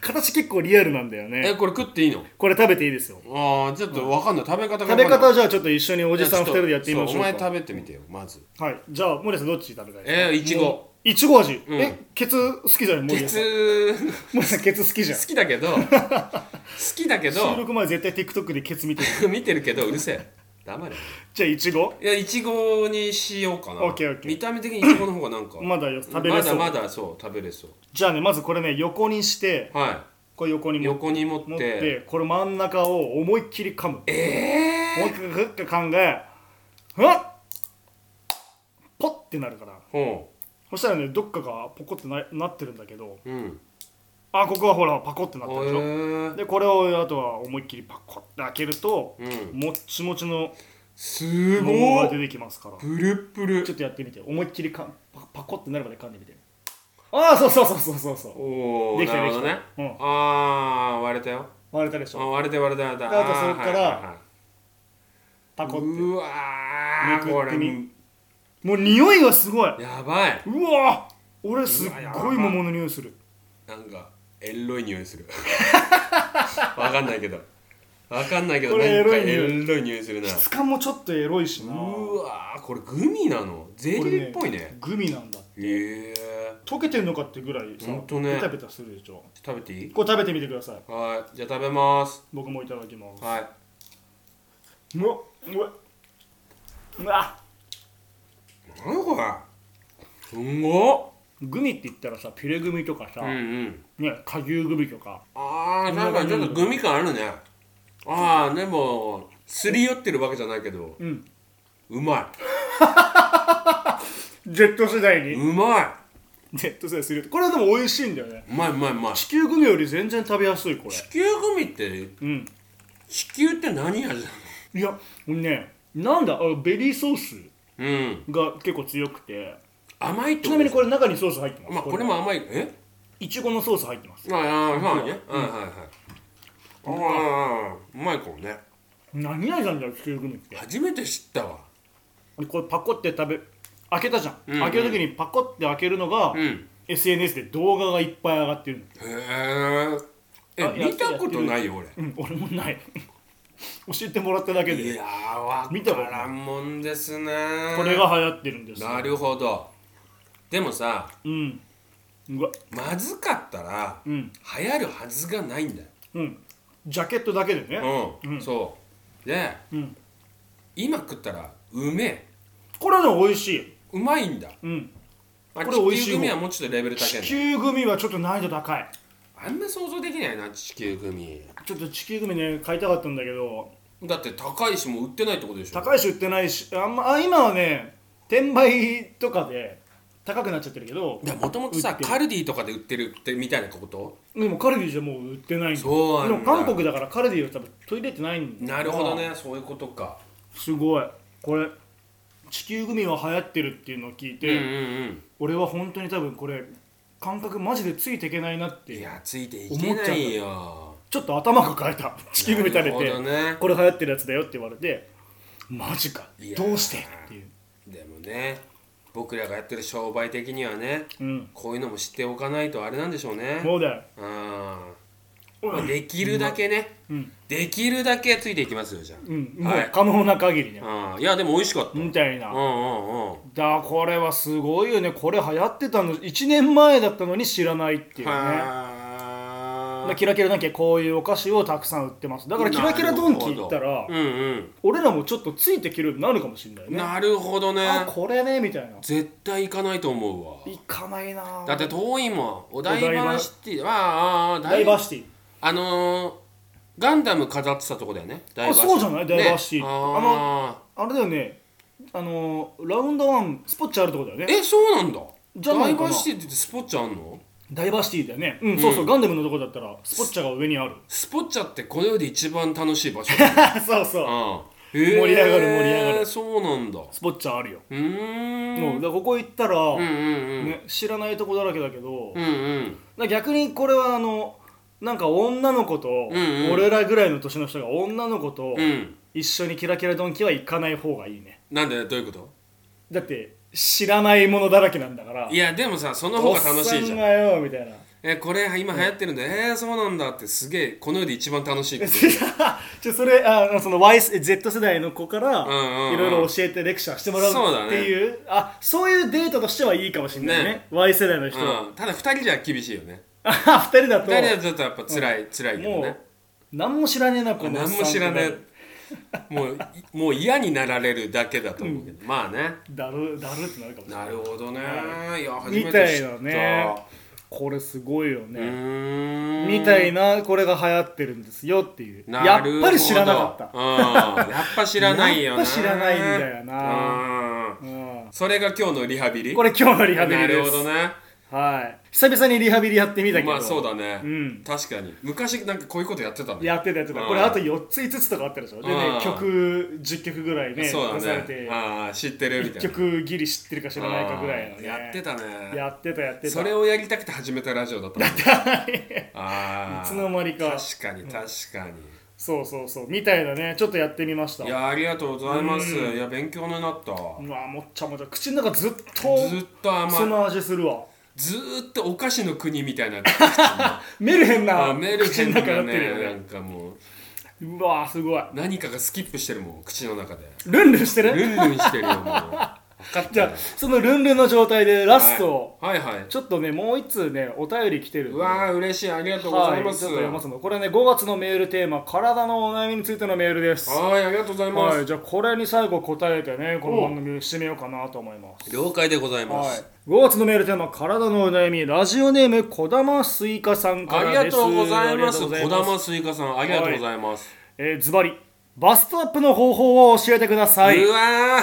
A: 形結構リアルなんだよ
B: え
A: ね
B: これ食っていいの
A: これ食べていいですよ
B: ああちょっとわかんない食べ方が
A: 食べ
B: わかんな
A: 方
B: い
A: じゃあちょっと一緒におじさん2人でやってみましょう
B: そうお前
A: か
B: 食べてみてよまず
A: はいじゃあ森谷さんどっち食べたい
B: えー、いちご
A: いちご味、
B: うん
A: えケツ好きじゃない森
B: ケ
A: 谷さん
B: ツ
A: 森谷さんケツ好きじゃん
B: 好き だけど好きだけ
A: 収
B: ど
A: 録前絶対 TikTok でケツ見てる
B: 見てるけどうるせえ黙れ
A: じゃあいちご
B: いやいちごにしようかな
A: オッケーオッケー
B: 見た目的にいちごの方がなんか
A: まだよ食べれそう
B: まだまだそう食べれそ
A: じゃあねまずこれね横にして
B: うは
A: これ横に
B: い
A: 持って
B: 横に持って
A: 持ってこれ真ん中を思いっきり噛むもう
B: え
A: 一回グッて噛んでふわっポッてなるから
B: ー、ほ
A: そしたらねどっかがポコってななってるんだけど
B: ううん
A: あここはほらパコってなったでしょ
B: へえ
A: でこれをあとは思いっきりパコって開けると、
B: うん
A: もっちもちの
B: す
A: 桃
B: ご
A: が出
B: い
A: てきますから
B: プルプル
A: ちょっとやってみて思いっきりかパパコってなるまで噛んでみてああそうそうそうそうそうそう
B: おお
A: できた
B: なるほど
A: で
B: ね
A: き、たうん
B: ああー割れたよ
A: 割れたでし
B: あ
A: ょ
B: 割れて割れて割れて
A: であとそれから
B: あーはいはいはい
A: パコって
B: うわー
A: め
B: こ
A: くってみ
B: れ
A: もう匂いがすごい
B: やばいう
A: わ俺すっごい桃の匂いする
B: なんかエロい匂い するわかんないけどわかんないけど
A: こ
B: なん
A: れエロ
B: か
A: い
B: エ
A: 匂い
B: ロい匂いするな
A: 質感もちょっとエロいしな
B: うわーこれグミなのゼリ
A: これ
B: ーっぽいね
A: グミなんだ
B: へえ
A: 溶けてんのかってぐらいさ
B: ほんとね
A: ペタペタするでしょ
B: 食べていい
A: これ食べてみてください
B: はいじゃあ食べます
A: 僕もいただきます
B: はいう
A: わうわうわ
B: 何これすんご
A: グミって言ったらさピュレグミとかさ、
B: っうんうん
A: ね、果汁グミとか
B: あーなんかちょっとグミ感あるねああでもすり寄ってるわけじゃないけど
A: うん
B: うま
A: ジェット世代
B: い
A: に
B: うまい
A: ジェット世代するこれはでも美味しいんだよね
B: うまいうまいうまい
A: 地球グミより全然食べやすいこれ
B: 地球グミって
A: うん
B: 地球って何味
A: いや俺ねなんだあベリーソース
B: なのうん
A: が結構強くて
B: 甘いって
A: ちな
B: こと
A: みにこれ中にソース入ってます
B: まあこれも甘いえ
A: いちごのソース入ってます
B: ああああそうねはいはいはいああうまいかもね
A: 何味なんだよ地球グミって
B: 初めて知ったわ
A: これパコって食べ開けたじゃん、
B: んうん
A: 開ける時にパコって開けるのが、
B: うん
A: SNS で動画がいっぱい上がってるの
B: へえ
A: あや
B: え見たことないよ俺
A: うん俺もない 教えてもらっただけ
B: い
A: で
B: やーわ
A: 見たこと
B: か
A: ない
B: らんもんですね
A: これが流行ってるんですよ
B: なるほどでもさ
A: うんうわ
B: まずかったら、
A: ん
B: 流行るはずがないんだ
A: うんジャケットだけでね、
B: ようん、
A: うん
B: そうで、
A: ん
B: 今食ったらうめえ
A: これでも美味しいう
B: まいんだ、
A: うん
B: まあ、
A: これ美味しい
B: 地球組はもうちょっとレベル高い
A: 地
B: んだ
A: 球グミはちょっと難易度高い
B: あんま想像できないな地球組
A: ちょっと地球グミね買いたかったんだけど
B: だって高いしもう売ってないってことでしょ
A: 高いし売ってないしあんまあ今はね転売とかで高くなっちゃってるけど
B: いやもともと
A: 売っ
B: さ
A: てる
B: カルディとかで売ってるってみたいなこと
A: でもカルディじゃもう売ってないんだ
B: そうなんだ
A: でも韓国だからカルディは多分取り入れてないんだ
B: なるほどねそういうことか
A: すごいこれ地球グミは流行ってるっていうのを聞い
B: うん
A: て、
B: うんうん
A: 俺は本当に多分これ感覚マジでついていけないなっ
B: い
A: て
B: やついていけないよ
A: ちょっと頭が変えた地球グミ食べ
B: なるほ
A: て、
B: どね
A: これ流行ってるやつだよって言われてマジか
B: いやー
A: どうしてっていう
B: でもね僕らがやってる商売的にはね
A: うん
B: こういうのも知っておかないとあれなんでしょうね
A: そうだよ
B: うんまあできるだけね、
A: うん
B: できるだけついていきますよじゃあ
A: うん、も
B: は
A: う
B: い
A: 可能な限りね、
B: あーいやでも美味しかった、うん
A: みたいな、
B: うんうん
A: だこれはすごいよねこれ流行ってたの1年前だったのに知らないっていうね
B: は
A: で
B: ー
A: キラキラドンキはこういうお菓子をたくさん売ってますだからキラキラドンキ行った
B: なる
A: ら
B: ほどうんうん
A: 俺らもちょっとついてきるようになるかもしれないね
B: なるほどね
A: あこれねみたいな
B: 絶対行かないと思うわ
A: 行かないなぁ
B: だって遠いもんお台
A: お台
B: 場
A: 場
B: シティあーあー
A: ダイ
B: 台
A: バーシティ
B: あのー、ガンダム飾ってたとこだよねダイバーシティ
A: そうじゃないダイバーシティ
B: ね、
A: あ
B: あ
A: あれだよねあのーラウンドワンスポッチャあるとこだよ
B: ー
A: ね
B: えそうなんだ
A: じゃな
B: ダ
A: い
B: イ
A: かな
B: バーシティってスポッチャあんの
A: ダイバーシティだよねうん、そうそうガンダムのとこだったらスポッチャが上に ある
B: スポッチャってこの世で一番楽しい 場所だよ、
A: そうそう
B: うんへー
A: 盛り上がる盛り上がる
B: そうなんだ
A: スポッチャあるよ、
B: うーん
A: もうだからここ行ったら、
B: うんうん
A: ね、知らないとこだらけだけど、
B: うんうんうん
A: だから逆にこれはあのなんか女の子と、
B: んうん
A: 俺らぐらいの年の人が女の子と
B: うん
A: 一緒にキラキラドンキは行かない方がいいね
B: なんでどういうこと
A: だって知らないものだらけなんだから
B: いやでもさその方
A: おっ
B: が
A: さ
B: 楽しいじゃ
A: ん
B: ん
A: がよみたいな
B: えこれ今流行ってるんで、えー、そうなんだってすげえこの世で一番楽し いこと
A: ちょそれあその YZ 世代の子から
B: んうんうん
A: いろいろ教えてレクチャーしてもら
B: そう
A: う
B: だね
A: っていうあそういうデートとしてはいいかもしれないね
B: ね
A: Y 世代の人は、
B: うん、ただ2人じゃ厳しいよね
A: あは は二人だと
B: 2人はちょっとやっぱ辛い、辛いけど
A: もう
B: ね
A: 何も知らねえなこのおっ
B: 何
A: さん
B: も知らな
A: っ
B: い
A: て
B: もういもう嫌になられるだけだと思うけど、まあね
A: だるだるってなるかもしれない
B: なるほどね、い、や初め
A: みた
B: て
A: い
B: 知った
A: なねこれすごいよ
B: う
A: ね、
B: ーん
A: みたいなこれが流行ってるんですよっていうや
B: な
A: っ
B: るほど
A: ぱり知らなかった、
B: うん、やっぱ知らないよ
A: や
B: な
A: っぱ知らないんだよな
B: うん
A: うん
B: それが今日のリハビリ
A: これ今日のリハビリ
B: な
A: で
B: るほ
A: す、
B: どね
A: はい久々にリハビリやってみたけど、
B: まあそうだね、
A: うん
B: 確かに昔なんかこういうことやってたね
A: やってたやってた、
B: うん
A: これあと4つ5つとかあったでしょで
B: うん
A: ね曲10曲ぐらいね
B: そう
A: 出さ
B: だ
A: れ
B: ね
A: て
B: ああ知ってるみた
A: 1
B: いな
A: 曲ギリ知ってるか知らないかぐらいの、
B: あー
A: ね、
B: やってたね
A: やってたやってた
B: それをやりたくて始めたラジオだったもんねああ
A: いつの間にか
B: 確かに確かに、
A: そうそうそうみたいなねちょっとやってみました
B: いやありがとうございます、いや勉強になったわ
A: うわもっちゃもちゃ口の中ずっと
B: ずっと
A: そ
B: 甘い
A: の味するわ
B: ずーっとお菓子の国みた いな
A: メルヘンな
B: あメルヘ
A: 口
B: ン
A: の
B: だ
A: 中にな
B: ね
A: ってるよ
B: な
A: ね
B: んかもう
A: うわすごい
B: 何かがスキップしてるもん口 の中で
A: ルンルンしてる
B: ルンルンしてるよもう分かった
A: じゃあそのルンルンの状態でラストを、
B: はいはいはい
A: ちょっとねもう一通ねお便り来てるん
B: う
A: で
B: わー嬉しいありがとうございま
A: はいち
B: す
A: ょっと読ますのこれね5月のメールテーマ「体のお悩みについてのメール」ですは
B: はいありがとうございます、
A: いじゃあこれに最後答えてねこの番組を締めようかなと思います
B: 了解でございま
A: は
B: す、
A: い、5月のメールテーマ「体のお悩み」ラジオネームこだまスイカさんか
B: あり
A: ら
B: が
A: です
B: とうございます。
A: あ
B: 小
A: りがとうござい
B: 玉スイカさん、ありがとうございます。
A: えーズバリバストアップの方法を教えてくださいう
B: わ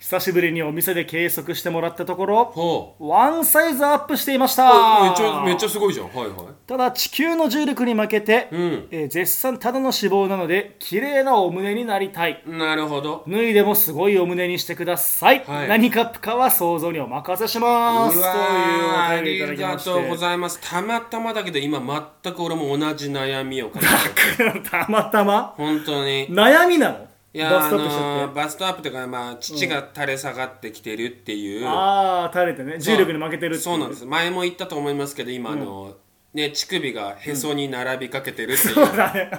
A: 久しぶりにお店で計測してもらったところ
B: ほう
A: ワンサイズアップしていました
B: あめっちゃめっちゃすごいじゃんはいはい
A: ただ地球の重力に負けて、
B: う
A: えー絶賛ただの脂肪なので綺麗なお胸になりたい
B: んなるほど
A: 脱いでもすごいお胸にしてください、
B: はい
A: 何カップかは想像にお任せし
B: う
A: ま
B: わ
A: すと
B: ーあ
A: いうお便りい
B: り
A: ただき
B: が
A: まし
B: とうご
A: て
B: ざいますたまたまだけど今全く俺も同じ悩みを感じて
A: たまたま
B: 本当に
A: 悩みなの
B: いや
A: バス
B: あ
A: ト
B: の
A: アップしちゃ
B: ー
A: って
B: バストアップというか、まあ、父が垂れ下がってきてるっていう、
A: ああ垂れてね重力に負けてるってい
B: そうなんです前も言ったと思いますけど今あの、ね、乳首がへそに並びかけてるっ てい う、
A: そうだね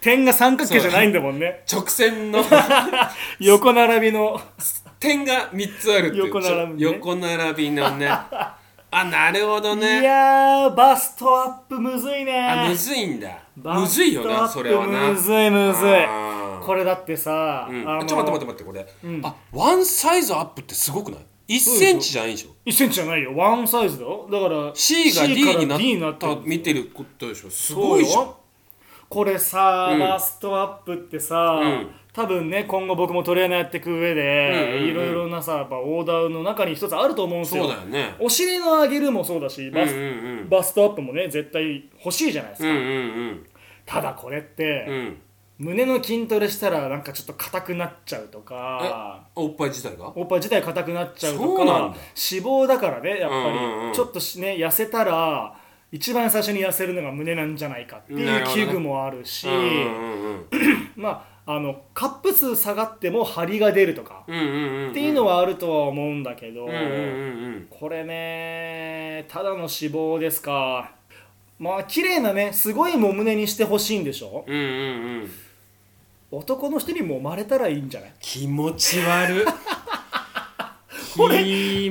A: 点が三角形じゃないんだもんね
B: 直線の
A: 横並びの
B: 点が3つあるっていう
A: 横並びね
B: 横並びのねあなるほど
A: い
B: ね
A: やーバストアップむずいね
B: あむずいんだ
A: バ
B: む
A: ストアッ
B: ずい
A: プ
B: よなそれはな
A: むずいむずい
B: あー
A: これだってさ、
B: うん
A: あの
B: ちょっと待って待って待ってこれ、あワンサイズアップってすごくない1センチじゃないでしょ
A: 1センチじゃないよワンサイズだよだから
B: C が D
A: から
B: になっ
A: D になって
B: た
A: る
B: 見てることでしょすごいじゃ
A: そうんよこれさ、
B: うん
A: バストアップってさ、
B: ん
A: 多分ね今後僕もトレーナーやっていく上で、
B: うんうんうん
A: いろいろなさやっぱオーダーの中に一つあると思うんですよ
B: そうだよね
A: お尻の上げるもそうだし
B: うんう
A: バ
B: ん
A: ス,、
B: うん
A: バストアップもね絶対欲しいじゃないです
B: う
A: か、
B: んうん
A: ただこれっ
B: うんう
A: て、
B: ん
A: 胸の筋トレしたらなんかちょっと硬くなっちゃうとか
B: おっぱい自体が
A: おっぱい自体硬くなっちゃうと
B: そう
A: か
B: なんだ
A: 脂肪だからねやっぱり、
B: うんうんうん
A: ちょっとしね痩せたら一番最初に痩せるのが胸なんじゃないかって
B: ない
A: う
B: るほど
A: 危
B: ね
A: 惧もあるし
B: うんうんうん
A: まああのカップ数下がっても張りが出るとか、
B: うんうんうんうん
A: っていうのはあるとは思うんだけど、
B: うんうんうんうん
A: これねただの脂肪ですかまあ綺麗なねすごいも胸にしてほしいんでしょ
B: うんうんうん
A: 男の人に揉まれたらいいんじゃない
B: 気持ち悪
A: これ
B: 気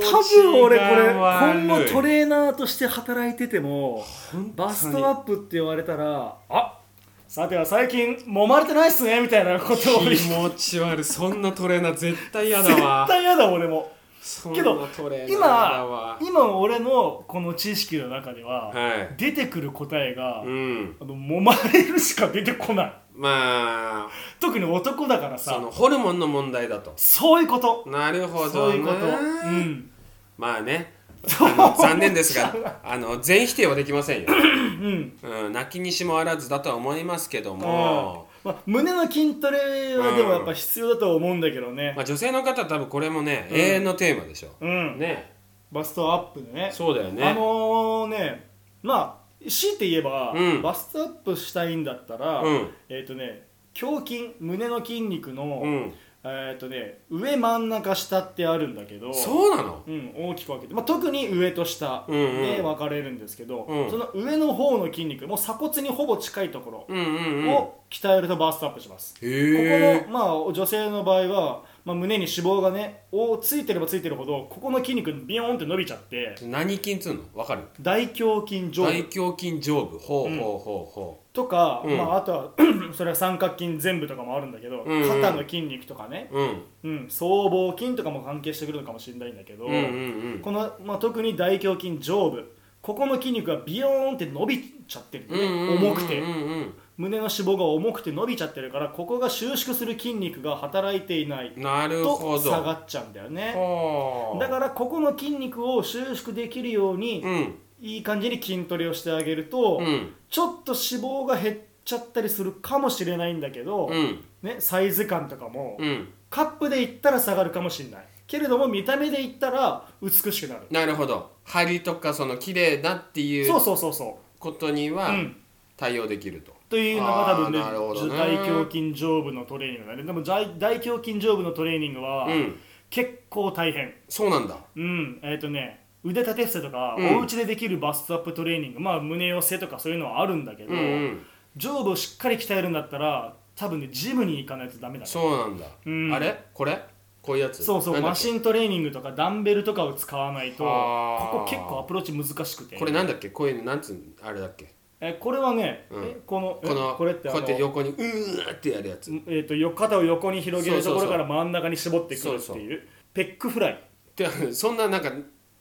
A: 多分俺これ
B: 悪い
A: 今後トレーナーとして働いてても
B: 本当に
A: バストアップって言われたらあさては最近揉まれてないっすねみたいなことを言う
B: 気
A: 絶
B: 持ち悪いそんなトレーナー絶対嫌だわ
A: 対嫌だ俺も
B: そん
A: け
B: な
A: ど
B: トレーナー嫌だ
A: 今
B: わ
A: 今俺のこの知識の中では、
B: はい
A: 出てくる答えが、
B: うん
A: あの揉まれるしか出てこない
B: まあ
A: 特に男だから
B: そ
A: さ
B: のホルモンの問題だと
A: そういうこと
B: なるほどな
A: そういうことうん
B: まあねあの残念ですがあの全否定はできませんよ、
A: うん
B: うん、泣きにしもあらずだとは思いますけど
A: あ
B: も、
A: まあ、胸の筋トレはでもやっぱ必要だと思うんだけどね
B: ま、あ、女性の方は多分これもね、永遠のテーマでしょ、
A: うん、
B: ね
A: バストアップでね
B: そうだよね
A: あのねまあ強いて言えば、
B: うん
A: バストアップしたいんだったら、
B: うん
A: えっ、とね胸筋胸の筋肉の、
B: うん
A: えっ、とね上真ん中下ってあるんだけど
B: そうなの
A: うん、大きく分けて、まあ、特に上と下
B: うんうん
A: で分かれるんですけど、
B: うん
A: その上の方の筋肉もう鎖骨にほぼ近いとこ
B: うんうんう
A: ろ
B: ん
A: を鍛えるとバストアップします、
B: へ
A: ここの、
B: え
A: まあ、女性の場合は、まあ、胸に脂肪がねをついてればついてるほどここの筋肉ビヨーンって伸びちゃって
B: 何筋っつうのわかる
A: 大胸筋上
B: 大
A: 部
B: 胸筋上部ほうほう
A: うん
B: ほうほ
A: とか、
B: うん
A: まあ、あとは それは三角筋全部とかもあるんだけど、
B: うんうん
A: 肩の筋肉とかね、
B: ううん
A: うん、僧帽筋とかも関係してくるのかもしれないんだけど、
B: うんうん
A: この、まあ、特に大胸筋上部ここの筋肉がビヨーンって伸びちゃってる、
B: う
A: ね
B: んうんうん
A: 重くて
B: うんうん
A: 胸の脂肪が重くて伸びちゃってるからここが収縮する筋肉が働いていない
B: うんなるほ
A: と
B: ど
A: 下がっちゃうんだよね
B: ほう
A: だからここの筋肉を収縮できるように、
B: うん
A: いい感じに筋トレをしてあげると、
B: うん
A: ちょっと脂肪が減っちゃったりするかもしれないんだけど、
B: うん
A: ね、サイズ感とかも、
B: うん
A: カップでいったら下がるかもしれないけれども見た目でいったら美しくなる、
B: なるほど張りとかその綺麗だってい
A: そう
B: う
A: そうそうそ
B: ことに
A: う、
B: は
A: うん、
B: 対応できると
A: というのが多分ね
B: あーなるほどね
A: 大胸筋上部のトレーニングだねでも大大胸筋上部のトレーニングは、
B: うん
A: 結構大変
B: そうなんだ
A: うんえっ、とね腕立て伏せとか、
B: うん
A: お家でできるバストアップトレーニングまあ胸寄せとかそういうのはあるんだけど、
B: うんうん
A: 上部をしっかり鍛えるんだったら多分ねジムに行かないとダメだね
B: そうなんだ
A: うん
B: あれこれこういうやつ
A: そうそうマ
B: ン
A: シントレーニングとかダンベルとかを使わないと
B: あー
A: ここ結構アプローチ難しくて
B: これなんだっけこういうのなんつうのあれだっけ
A: えこれはね、
B: うん
A: えこのえ
B: この
A: これってあ
B: こうや
A: の
B: って横にうーってやるやつ
A: えー、とよ肩を横に広げるとこ
B: そう
A: ろ
B: そうそう
A: から真ん中に絞ってくるって
B: そう
A: いうペックフライ
B: でそんななんか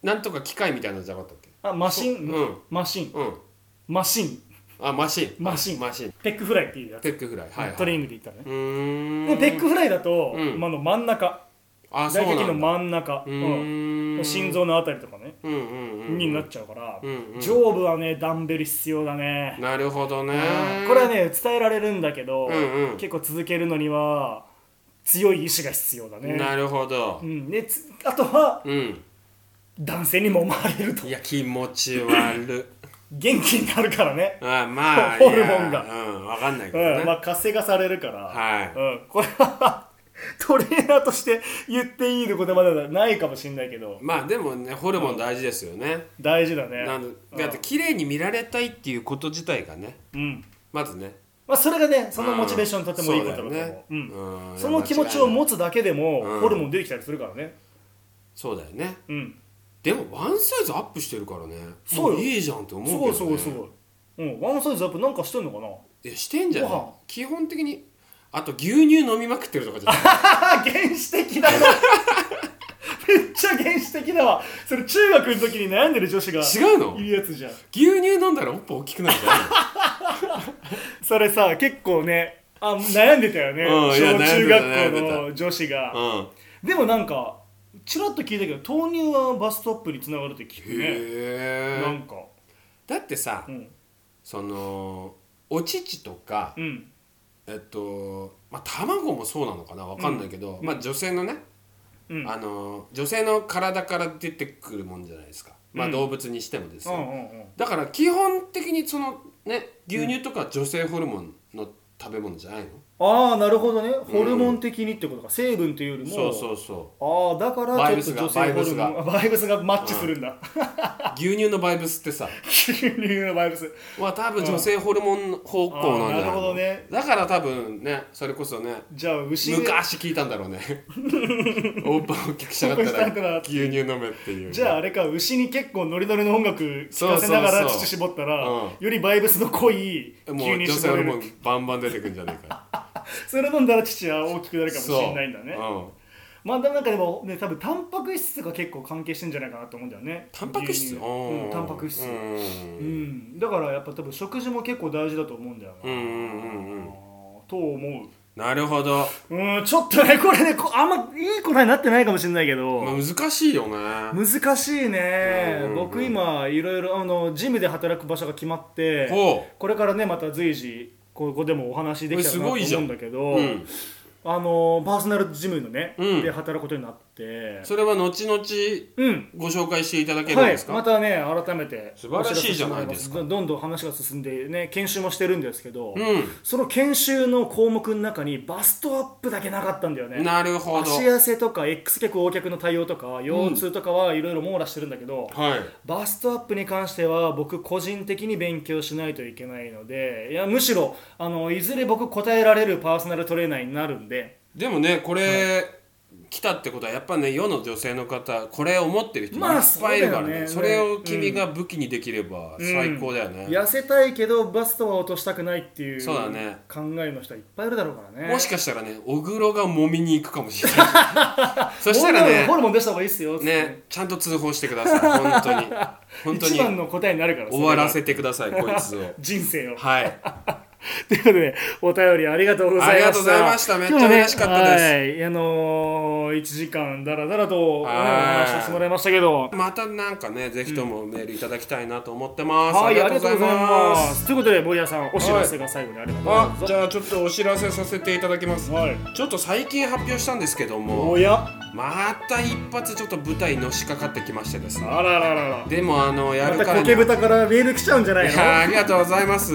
B: なんとか機械みたいなのじゃなかったっけ
A: あマシン、
B: うん
A: マシン
B: うん
A: マシン
B: あマシン
A: マシン
B: マシン
A: ペックフライっていうやつ、
B: ペックフライはい、はい、
A: トレーニングで言ったらね
B: うーん
A: でペックフライだと、
B: うん
A: まあ、あの真ん中
B: あそう
A: 大
B: な
A: 腿
B: んだ
A: 筋の真ん中、
B: う
A: うん
B: ーん
A: 心臓のあたりとかね、
B: うんうんうん
A: になっちゃうから、
B: うんうん
A: 上部はねダンベル必要だね、
B: なるほどね
A: これはね伝えられるんだけど、
B: うんうん
A: 結構続けるのには強い意志が必要だね
B: なるほど
A: うん、でつあとは
B: うん
A: 男性にもまれると
B: いや気持ち悪い
A: 元気になるからね、
B: あまあ
A: ホルモンが
B: いやうんわかんないけ
A: う
B: どね
A: んまあ、活性化されるから、
B: はい
A: うん、これはトレーナーとして言っていい言葉ではないかもしれないけど
B: まあでもねホルモン大事ですよね、
A: 大事だね
B: なんでだって綺麗に見られたいっていうこと自体がね
A: うん、うん
B: まずね
A: まあ、それがねそのモチベーションにとってもいいことだと思う,、
B: そうだよね
A: うん
B: うん
A: その気持ちを持つだけでも、
B: うん
A: ホルモン出てきたりするからね
B: そうだよね
A: うん
B: でもワンサイズアップしてるからね
A: そうよ
B: もいいじゃんって思う
A: す
B: けど、
A: ご
B: ね、
A: いすごいすごい、うん、ワンサイズアップなんかしてんのかない
B: やしてんじゃな
A: ご
B: い
A: 飯
B: 基本的にあと牛乳飲みまくってるとかじゃない
A: あー原始的だな めっちゃ原始的だわそれ中学の時に悩んでる女子が
B: 違うの
A: いるやつじゃん
B: 牛乳飲んだらおっぱ大きくなるじゃ
A: それさ結構ねあ悩んでたよね、
B: うんいや
A: 小中
B: 悩
A: 学
B: んでた
A: 校
B: 悩
A: の女子が、
B: ない、うん、
A: でもなんかちらっと聞いたけど豆乳はバストアップにつながるって聞くね
B: へ
A: な
B: え
A: んか
B: だってさ、
A: うん
B: そのお乳とか、
A: うん
B: えっとまあ卵もそうなのかなわかんないけど、まあ女性のね、
A: うん
B: あの女性の体から出てくるもんじゃないですか、まあ
A: うん
B: 動物にしてもです
A: う
B: よ、
A: んうんうん
B: だから基本的にそのね牛乳とか女性ホルモンの食べ物じゃないの、
A: ああなるほどねホルモン的にってことか、成分というよりも
B: そうそうそ
A: ああだからちょっと女性
B: バイ
A: ホ
B: ブ
A: ル
B: ス
A: モ
B: が
A: ンあバイブスがマッチするんだ、
B: う牛乳のバイブスっ てさ
A: 牛乳のバイブス
B: は多分女性ホルモン方向なんじゃないの
A: あーなるほどね
B: だから多分ねそれこそね
A: じゃあ牛
B: 昔聞いたんだろうね オープン大きくしたか
A: 大
B: っ
A: きくしたか
B: た
A: ったら
B: ら牛乳飲めっていう
A: じゃああれか牛に結構ノリノリの音楽聴かせなが
B: そう
A: ら
B: そうそう
A: 乳絞ったら
B: うん
A: よりバイブスの濃い牛
B: もう
A: 乳
B: 女性
A: 絞
B: ホ
A: れ
B: ルモ
A: る
B: ンバンバン出てくんじゃないか
A: それ飲んだら乳は大きくなるかもし
B: そう
A: れないんだね
B: うん
A: まあでもなんかでもね多分タンパク質が結構関係してんじゃないかなと思うんだよね
B: タンパク質
A: 牛乳うんタンパク質
B: う
A: うん、
B: ん
A: だからやっぱ多分食事も結構大事だと思うんだよ
B: う
A: な、
B: んうんうんうん
A: と思
B: なるほど、
A: ううんちょっとねこれねこあんまいい答えになってないかもしれないけど、
B: まあ、難しいよね
A: 難しいね、
B: うんうんうん
A: 僕今いろいろあのジムで働く場所が決まって
B: ほう
A: これからねまた随時ここでもお話できたらなと
B: これすごいじ
A: 思
B: ゃ
A: うん
B: ん
A: だけど、
B: うん
A: あのパーソナルジムのね、
B: うん
A: で働くことになって
B: それは後々
A: うん
B: ご紹介していただけるん
A: は
B: で
A: い
B: すか、
A: またね改めて
B: 素晴らしいじゃないですか
A: お知らせしてもらますどんどん話が進んでね研修もしてるんですけど、
B: う
A: その研修の項目の中にバストアップだけなかったんだよね
B: んなるほど
A: 足痩せとか X 脚横脚の対応とか腰痛とかはいろいろ網羅してるんだけど、
B: はい
A: バストアップに関しては僕個人的に勉強しないといけないのでいやむしろあのいずれ僕答えられるパーソナルトレーナーになるんで
B: でもねこれ、来たってことはやっぱね世の女性の方これ思ってる人いっ
A: まあ
B: ぱいいるからね,、
A: そう
B: そ
A: だよね
B: れを君が武器にできれば最高だよね、
A: 痩せたいけどバストは落としたくないっていう
B: そうだね
A: 考えの人はいっぱいいるだろうからね
B: もしかしたらね小黒が揉みに行くかもしれ ないそしたら
A: ホル
B: ね
A: モン出した方がいいっすよつって
B: ねちゃんと通報してください本 当に本当
A: 一番
B: に
A: の答えになるから
B: 終わらせ
A: て
B: てくださいこいつを
A: 人生を
B: はい
A: ということで、お便りありがとうございました。
B: ありがとうございましためっちゃ嬉しか
A: 今日
B: ったです
A: もねはい、あのー、1時間だらだらとお
B: はい
A: 話しさせてもらいましたけど、
B: またなんかねぜひともメールいただきたいなと思ってます、
A: はい、あ
B: あ
A: りが
B: りが
A: と
B: と
A: う
B: う
A: ご
B: ご
A: ざ
B: ざ
A: い
B: い
A: ま
B: ます
A: す。ということで、森谷さん、お知らせが最後にあればど
B: あ
A: うぞ。
B: じゃあちょっとお知らせさせていただきます
A: はい。
B: ちょっと最近発表したんですけども
A: おや
B: また一発ちょっと舞台のしかかってきましてですね
A: あらららら。
B: でもあのや
A: ま
B: るか
A: た
B: ら
A: コ
B: に
A: ケ
B: はい
A: 豚からメール来ちゃうんじゃないの
B: やありがとうございます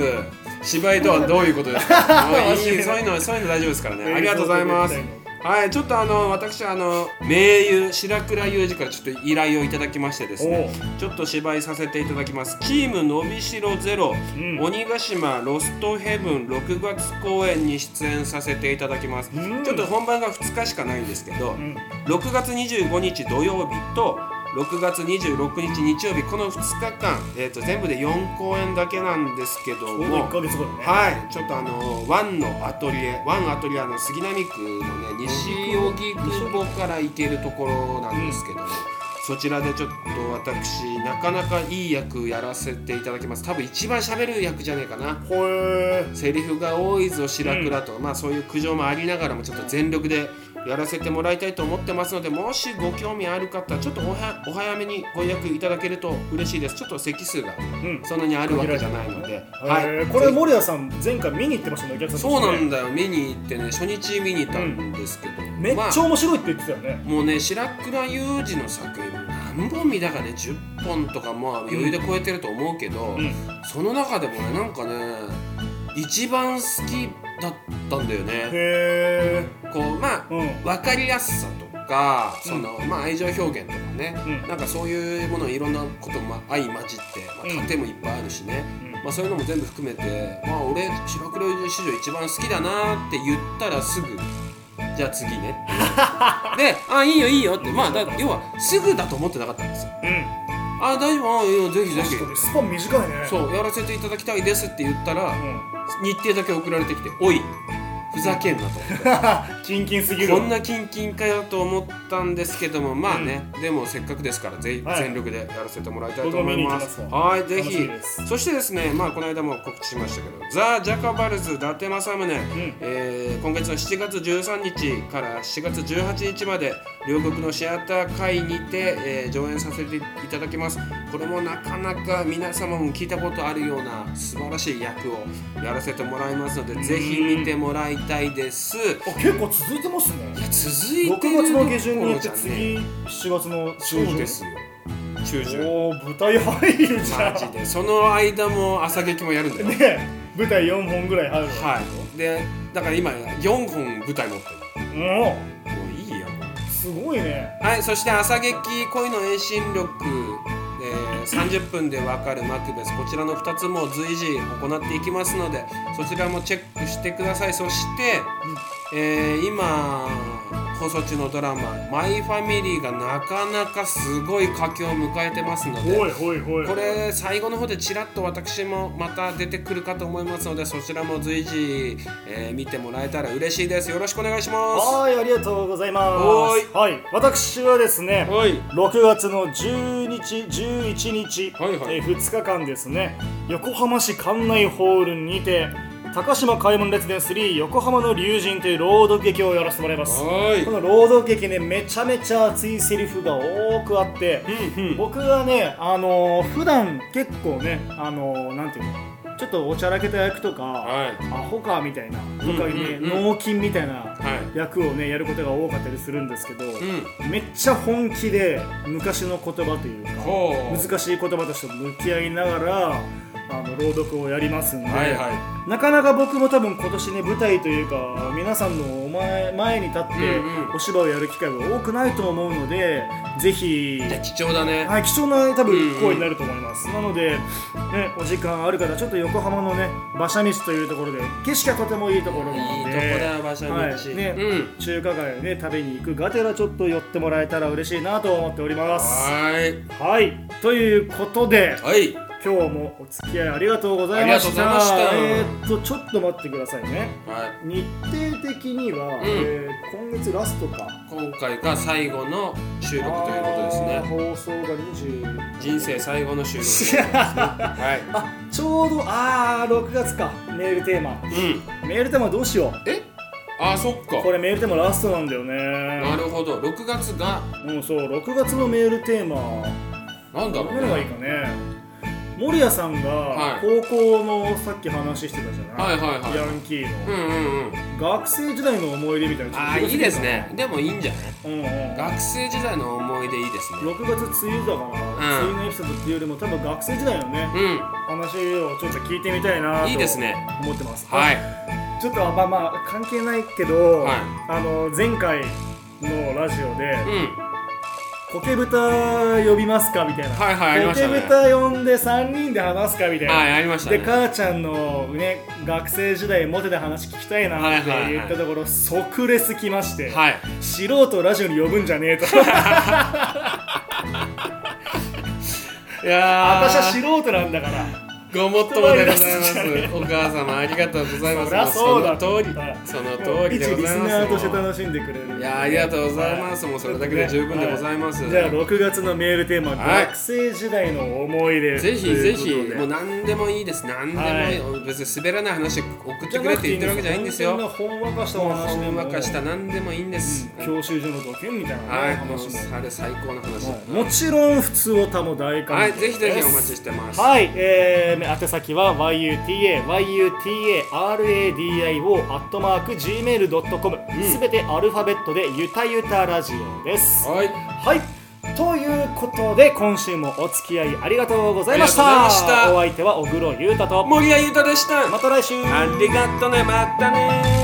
B: 芝居とはどういうことです かもういいそう
A: 面白い
B: いうのそういうの大丈夫ですからね
A: ね
B: ありがとうございます
A: そういう
B: はいちょっとあの私あの名優白倉裕二からちょっと依頼をいただきましてですねちょっと芝居させていただきますチームのびしろゼロ、
A: うん
B: 鬼ヶ島ロストヘブン6月公演に出演させていただきます、
A: うん
B: ちょっと本番が2日しかないんですけど、
A: うん
B: 6月25日土曜日と6月26日日曜日この2日間、えー、と全部で4公演だけなんですけど
A: もう1
B: も
A: ヶ月後だね。
B: はいちょっとあのワンのアトリエワンアトリエあの杉並区のね西荻窪から行けるところなんですけども、そちらでちょっと私なかなかいい役やらせていただきます多分一番喋る役じゃないかな
A: ほえー。
B: セリフが多いぞ白倉と、まあそういう苦情もありながらもちょっと全力でやらせてもらいたいと思ってますのでもしご興味ある方ちょっとおはお早めにご予約いただけると嬉しいですちょっと席数が
A: うん
B: そんなにあるわけじゃないので、
A: えーこれ守谷さん前回見に行ってましたねお客さんとして
B: そうなんだよ見に行ってね初日見に行ったんですけど、
A: めっ
B: まあ
A: ちゃ面白いって言ってたよね、
B: もうね白倉裕二の作品何本見たかね10本とかまあ余裕で超えてると思うけど、
A: うん
B: その中でもねなんかね一番好きだったんだよね。
A: へ
B: こうまあ
A: えうん
B: 分かりやすさとかその、まあ、愛情表現とかね、
A: うん
B: なんかそういうものいろんなことも相混じって、ま
A: うん
B: あ、盾もいっぱいあるしね、
A: うん
B: まあ、そういうのも全部含めて、まあ、俺白黒史上一番好きだなって言ったらすぐ。じゃあ次ね で「あいいよいいよ」ってまあだ要はすぐだと思ってなかったんですよ
A: う
B: 「あ大丈夫あいいよぜひぜひ
A: ん確かにスパン短いねう、
B: そうやらせていただきたいです」って言ったら
A: ん、
B: 日程だけ送られてきて「おいふざけんな」と。
A: キンキンすぎる
B: こんなキンキンかよと思ったんですけどもまあね、でもせっかくですからぜ、
A: はい
B: 全力でやらせてもらいたいと思います
A: 僕も見に行きますわ
B: はいぜ
A: 楽し
B: ひ
A: みです
B: そしてですねまあこの間も告知しましたけどザ・ジャカバルズ伊達政宗、えー今月の7月13日から7月18日まで両国のシアター会にて、えー上演させていただきますこれもなかなか皆様も聞いたことあるような素晴らしい役をやらせてもらいますのでぜひ見てもらいたいです、
A: あ結構続いてますね
B: いや続い
A: 6
B: てる
A: 月
B: とこ
A: の下
B: ろじゃ
A: 旬
B: ね
A: に行って次7月の中
B: そう
A: 旬
B: ですよ中旬
A: おお舞台入るじゃん
B: マジでその間も朝劇もやるんだよ
A: ねえ舞台4本ぐらい入る
B: はいでだから今4本舞台持って
A: も
B: るもういいよ
A: うすごいね
B: はいそして朝劇恋の遠心力えー30分でわかるマクベスこちらの2つも随時行っていきますのでそちらもチェックしてくださいそして、えー今放送中のドラマ「マイファミリー」がなかなかすごい佳境を迎えてますので
A: おいおいおい
B: これ最後の方でちらっと私もまた出てくるかと思いますのでそちらも随時、えー見てもらえたら嬉しいですよろしくお願いします
A: はいありがとうございます
B: おーい
A: はい私はですね
B: はい
A: 6月の10日11日、
B: はいはい
A: えー2日間ですね横浜市関内ホールにて高島開門列伝3横浜の竜神という朗読劇をやらせてもらいますこ
B: は
A: の朗読劇ねめちゃめちゃ熱いセリフが多くあって
B: いうんうん
A: 僕はねあのー普段結構ねあのーなんていうのちょっとおちゃらけた役とか、
B: はい
A: アホかみたいなとかね、
B: うんうんうん
A: 脳筋みたいな
B: はい
A: 役をねやることが多かったりするんですけど、
B: うん
A: めっちゃ本気で昔の言葉というか
B: ほう
A: 難しい言葉として向き合いながらあの朗読をやりますんで、
B: はいは
A: なかなか僕も多分今年ね舞台というか皆さんのお前前に立って
B: うんうん
A: お芝居をやる機会が多くないと思うので、ぜひ
B: いいや貴重だね
A: はい、貴重な多
B: うん
A: 分
B: う
A: 行
B: ん
A: 為になると思います、なので、ね、お時間ある方ちょっと横浜のね馬車道というところで景色がとてもいいところなので
B: いいとこだよ馬車道、
A: はいね
B: うん
A: 中華街をね食べに行くがてらちょっと寄ってもらえたら嬉しいなと思っております
B: はい
A: はいということで
B: はい
A: 今日もお付き合いありがとうございまし
B: ありがとうございましたた
A: えーっとちょっと待ってくださいね
B: はい
A: 日程的には、えー今月ラストか
B: 今回が最後の収
A: あ
B: 録ということです
A: ー
B: ね
A: 放送が20
B: 人生最後の収録で すねはい
A: あちょうどあー6月かメールテーマ
B: うん
A: メールテーマどうしよう
B: えあそっか
A: これメールテーマラストなんだよ
B: な
A: ね
B: るほど6月が
A: うんそう6月のメールテーマ
B: なんだ
A: ど
B: ろ
A: う
B: う
A: いう
B: ね
A: のがいいかね守谷さんが
B: は
A: 高校のさっき話してたじゃない、
B: はいはいはい
A: ヤンキー
B: う
A: の、
B: んうんうん
A: 学生時代の思い出みたいな
B: あーいいですね、でもいいんじゃない
A: うんうん、
B: 学生時代の思い出いいですね
A: 6月梅雨だから、
B: うん
A: 梅雨のエピソードっていうよりも多分学生時代のね、
B: う
A: 話をちょっと聞いてみたいなと
B: んいいですね
A: 思ってます
B: はい
A: ちょっとまあまあ関係ないけど、
B: はい
A: あの前回のラジオで
B: うん
A: 「コケ豚呼びますか?」みたいな「
B: はいはいありま
A: コ
B: し
A: ケ
B: たね
A: 豚呼んで3人で話すか?」みたいな、
B: はいありましたね
A: で母ちゃんのね学生時代モテた話聞きたいなって
B: はいはい
A: 言
B: は
A: っ
B: い
A: たところ即レスきまして、
B: はい
A: 素人をラジオに呼ぶんじゃねえと
B: いや
A: 私は素人なんだから
B: ごもっともでございます。お母様ありがとうございます。
A: そりゃそうだ
B: もうその通り
A: はい、
B: その通りで
A: 一
B: ご
A: リ
B: ざい
A: ス
B: ま
A: ナーとし
B: す。
A: て
B: もう
A: 楽しんでくれる
B: いやありがとうございます。もうそれだけで十分でございます。
A: はいじゃあ6月のメールテーマ、
B: はい
A: 学生時代の思い出
B: ぜひぜひ
A: ということで
B: もう何でもいいです。何でもいい。別に滑らない話送ってくれって言ってるわけじゃないんですよ。もう
A: ほんわかしたお話
B: ほ
A: で
B: んわかした
A: も
B: 何でもいいんです。
A: う教習所の土建みたいなね、
B: はい、もう
A: 話も、
B: あれ最高の話。
A: もちろん普通をたも大歓迎
B: はい、ぜひぜひ
A: で
B: お
A: す
B: 待ちしてます。
A: はい、えー、宛先は yutayutaradio.gmail.com すべてアルファベットでゆたゆたラジオです。
B: はい、
A: はい、ということで今週もお付き合いありがとうございました。
B: ありがとうございました
A: お相手は小黒優太と、
B: 森谷裕太でした。
A: また来週
B: ありがとうね、またね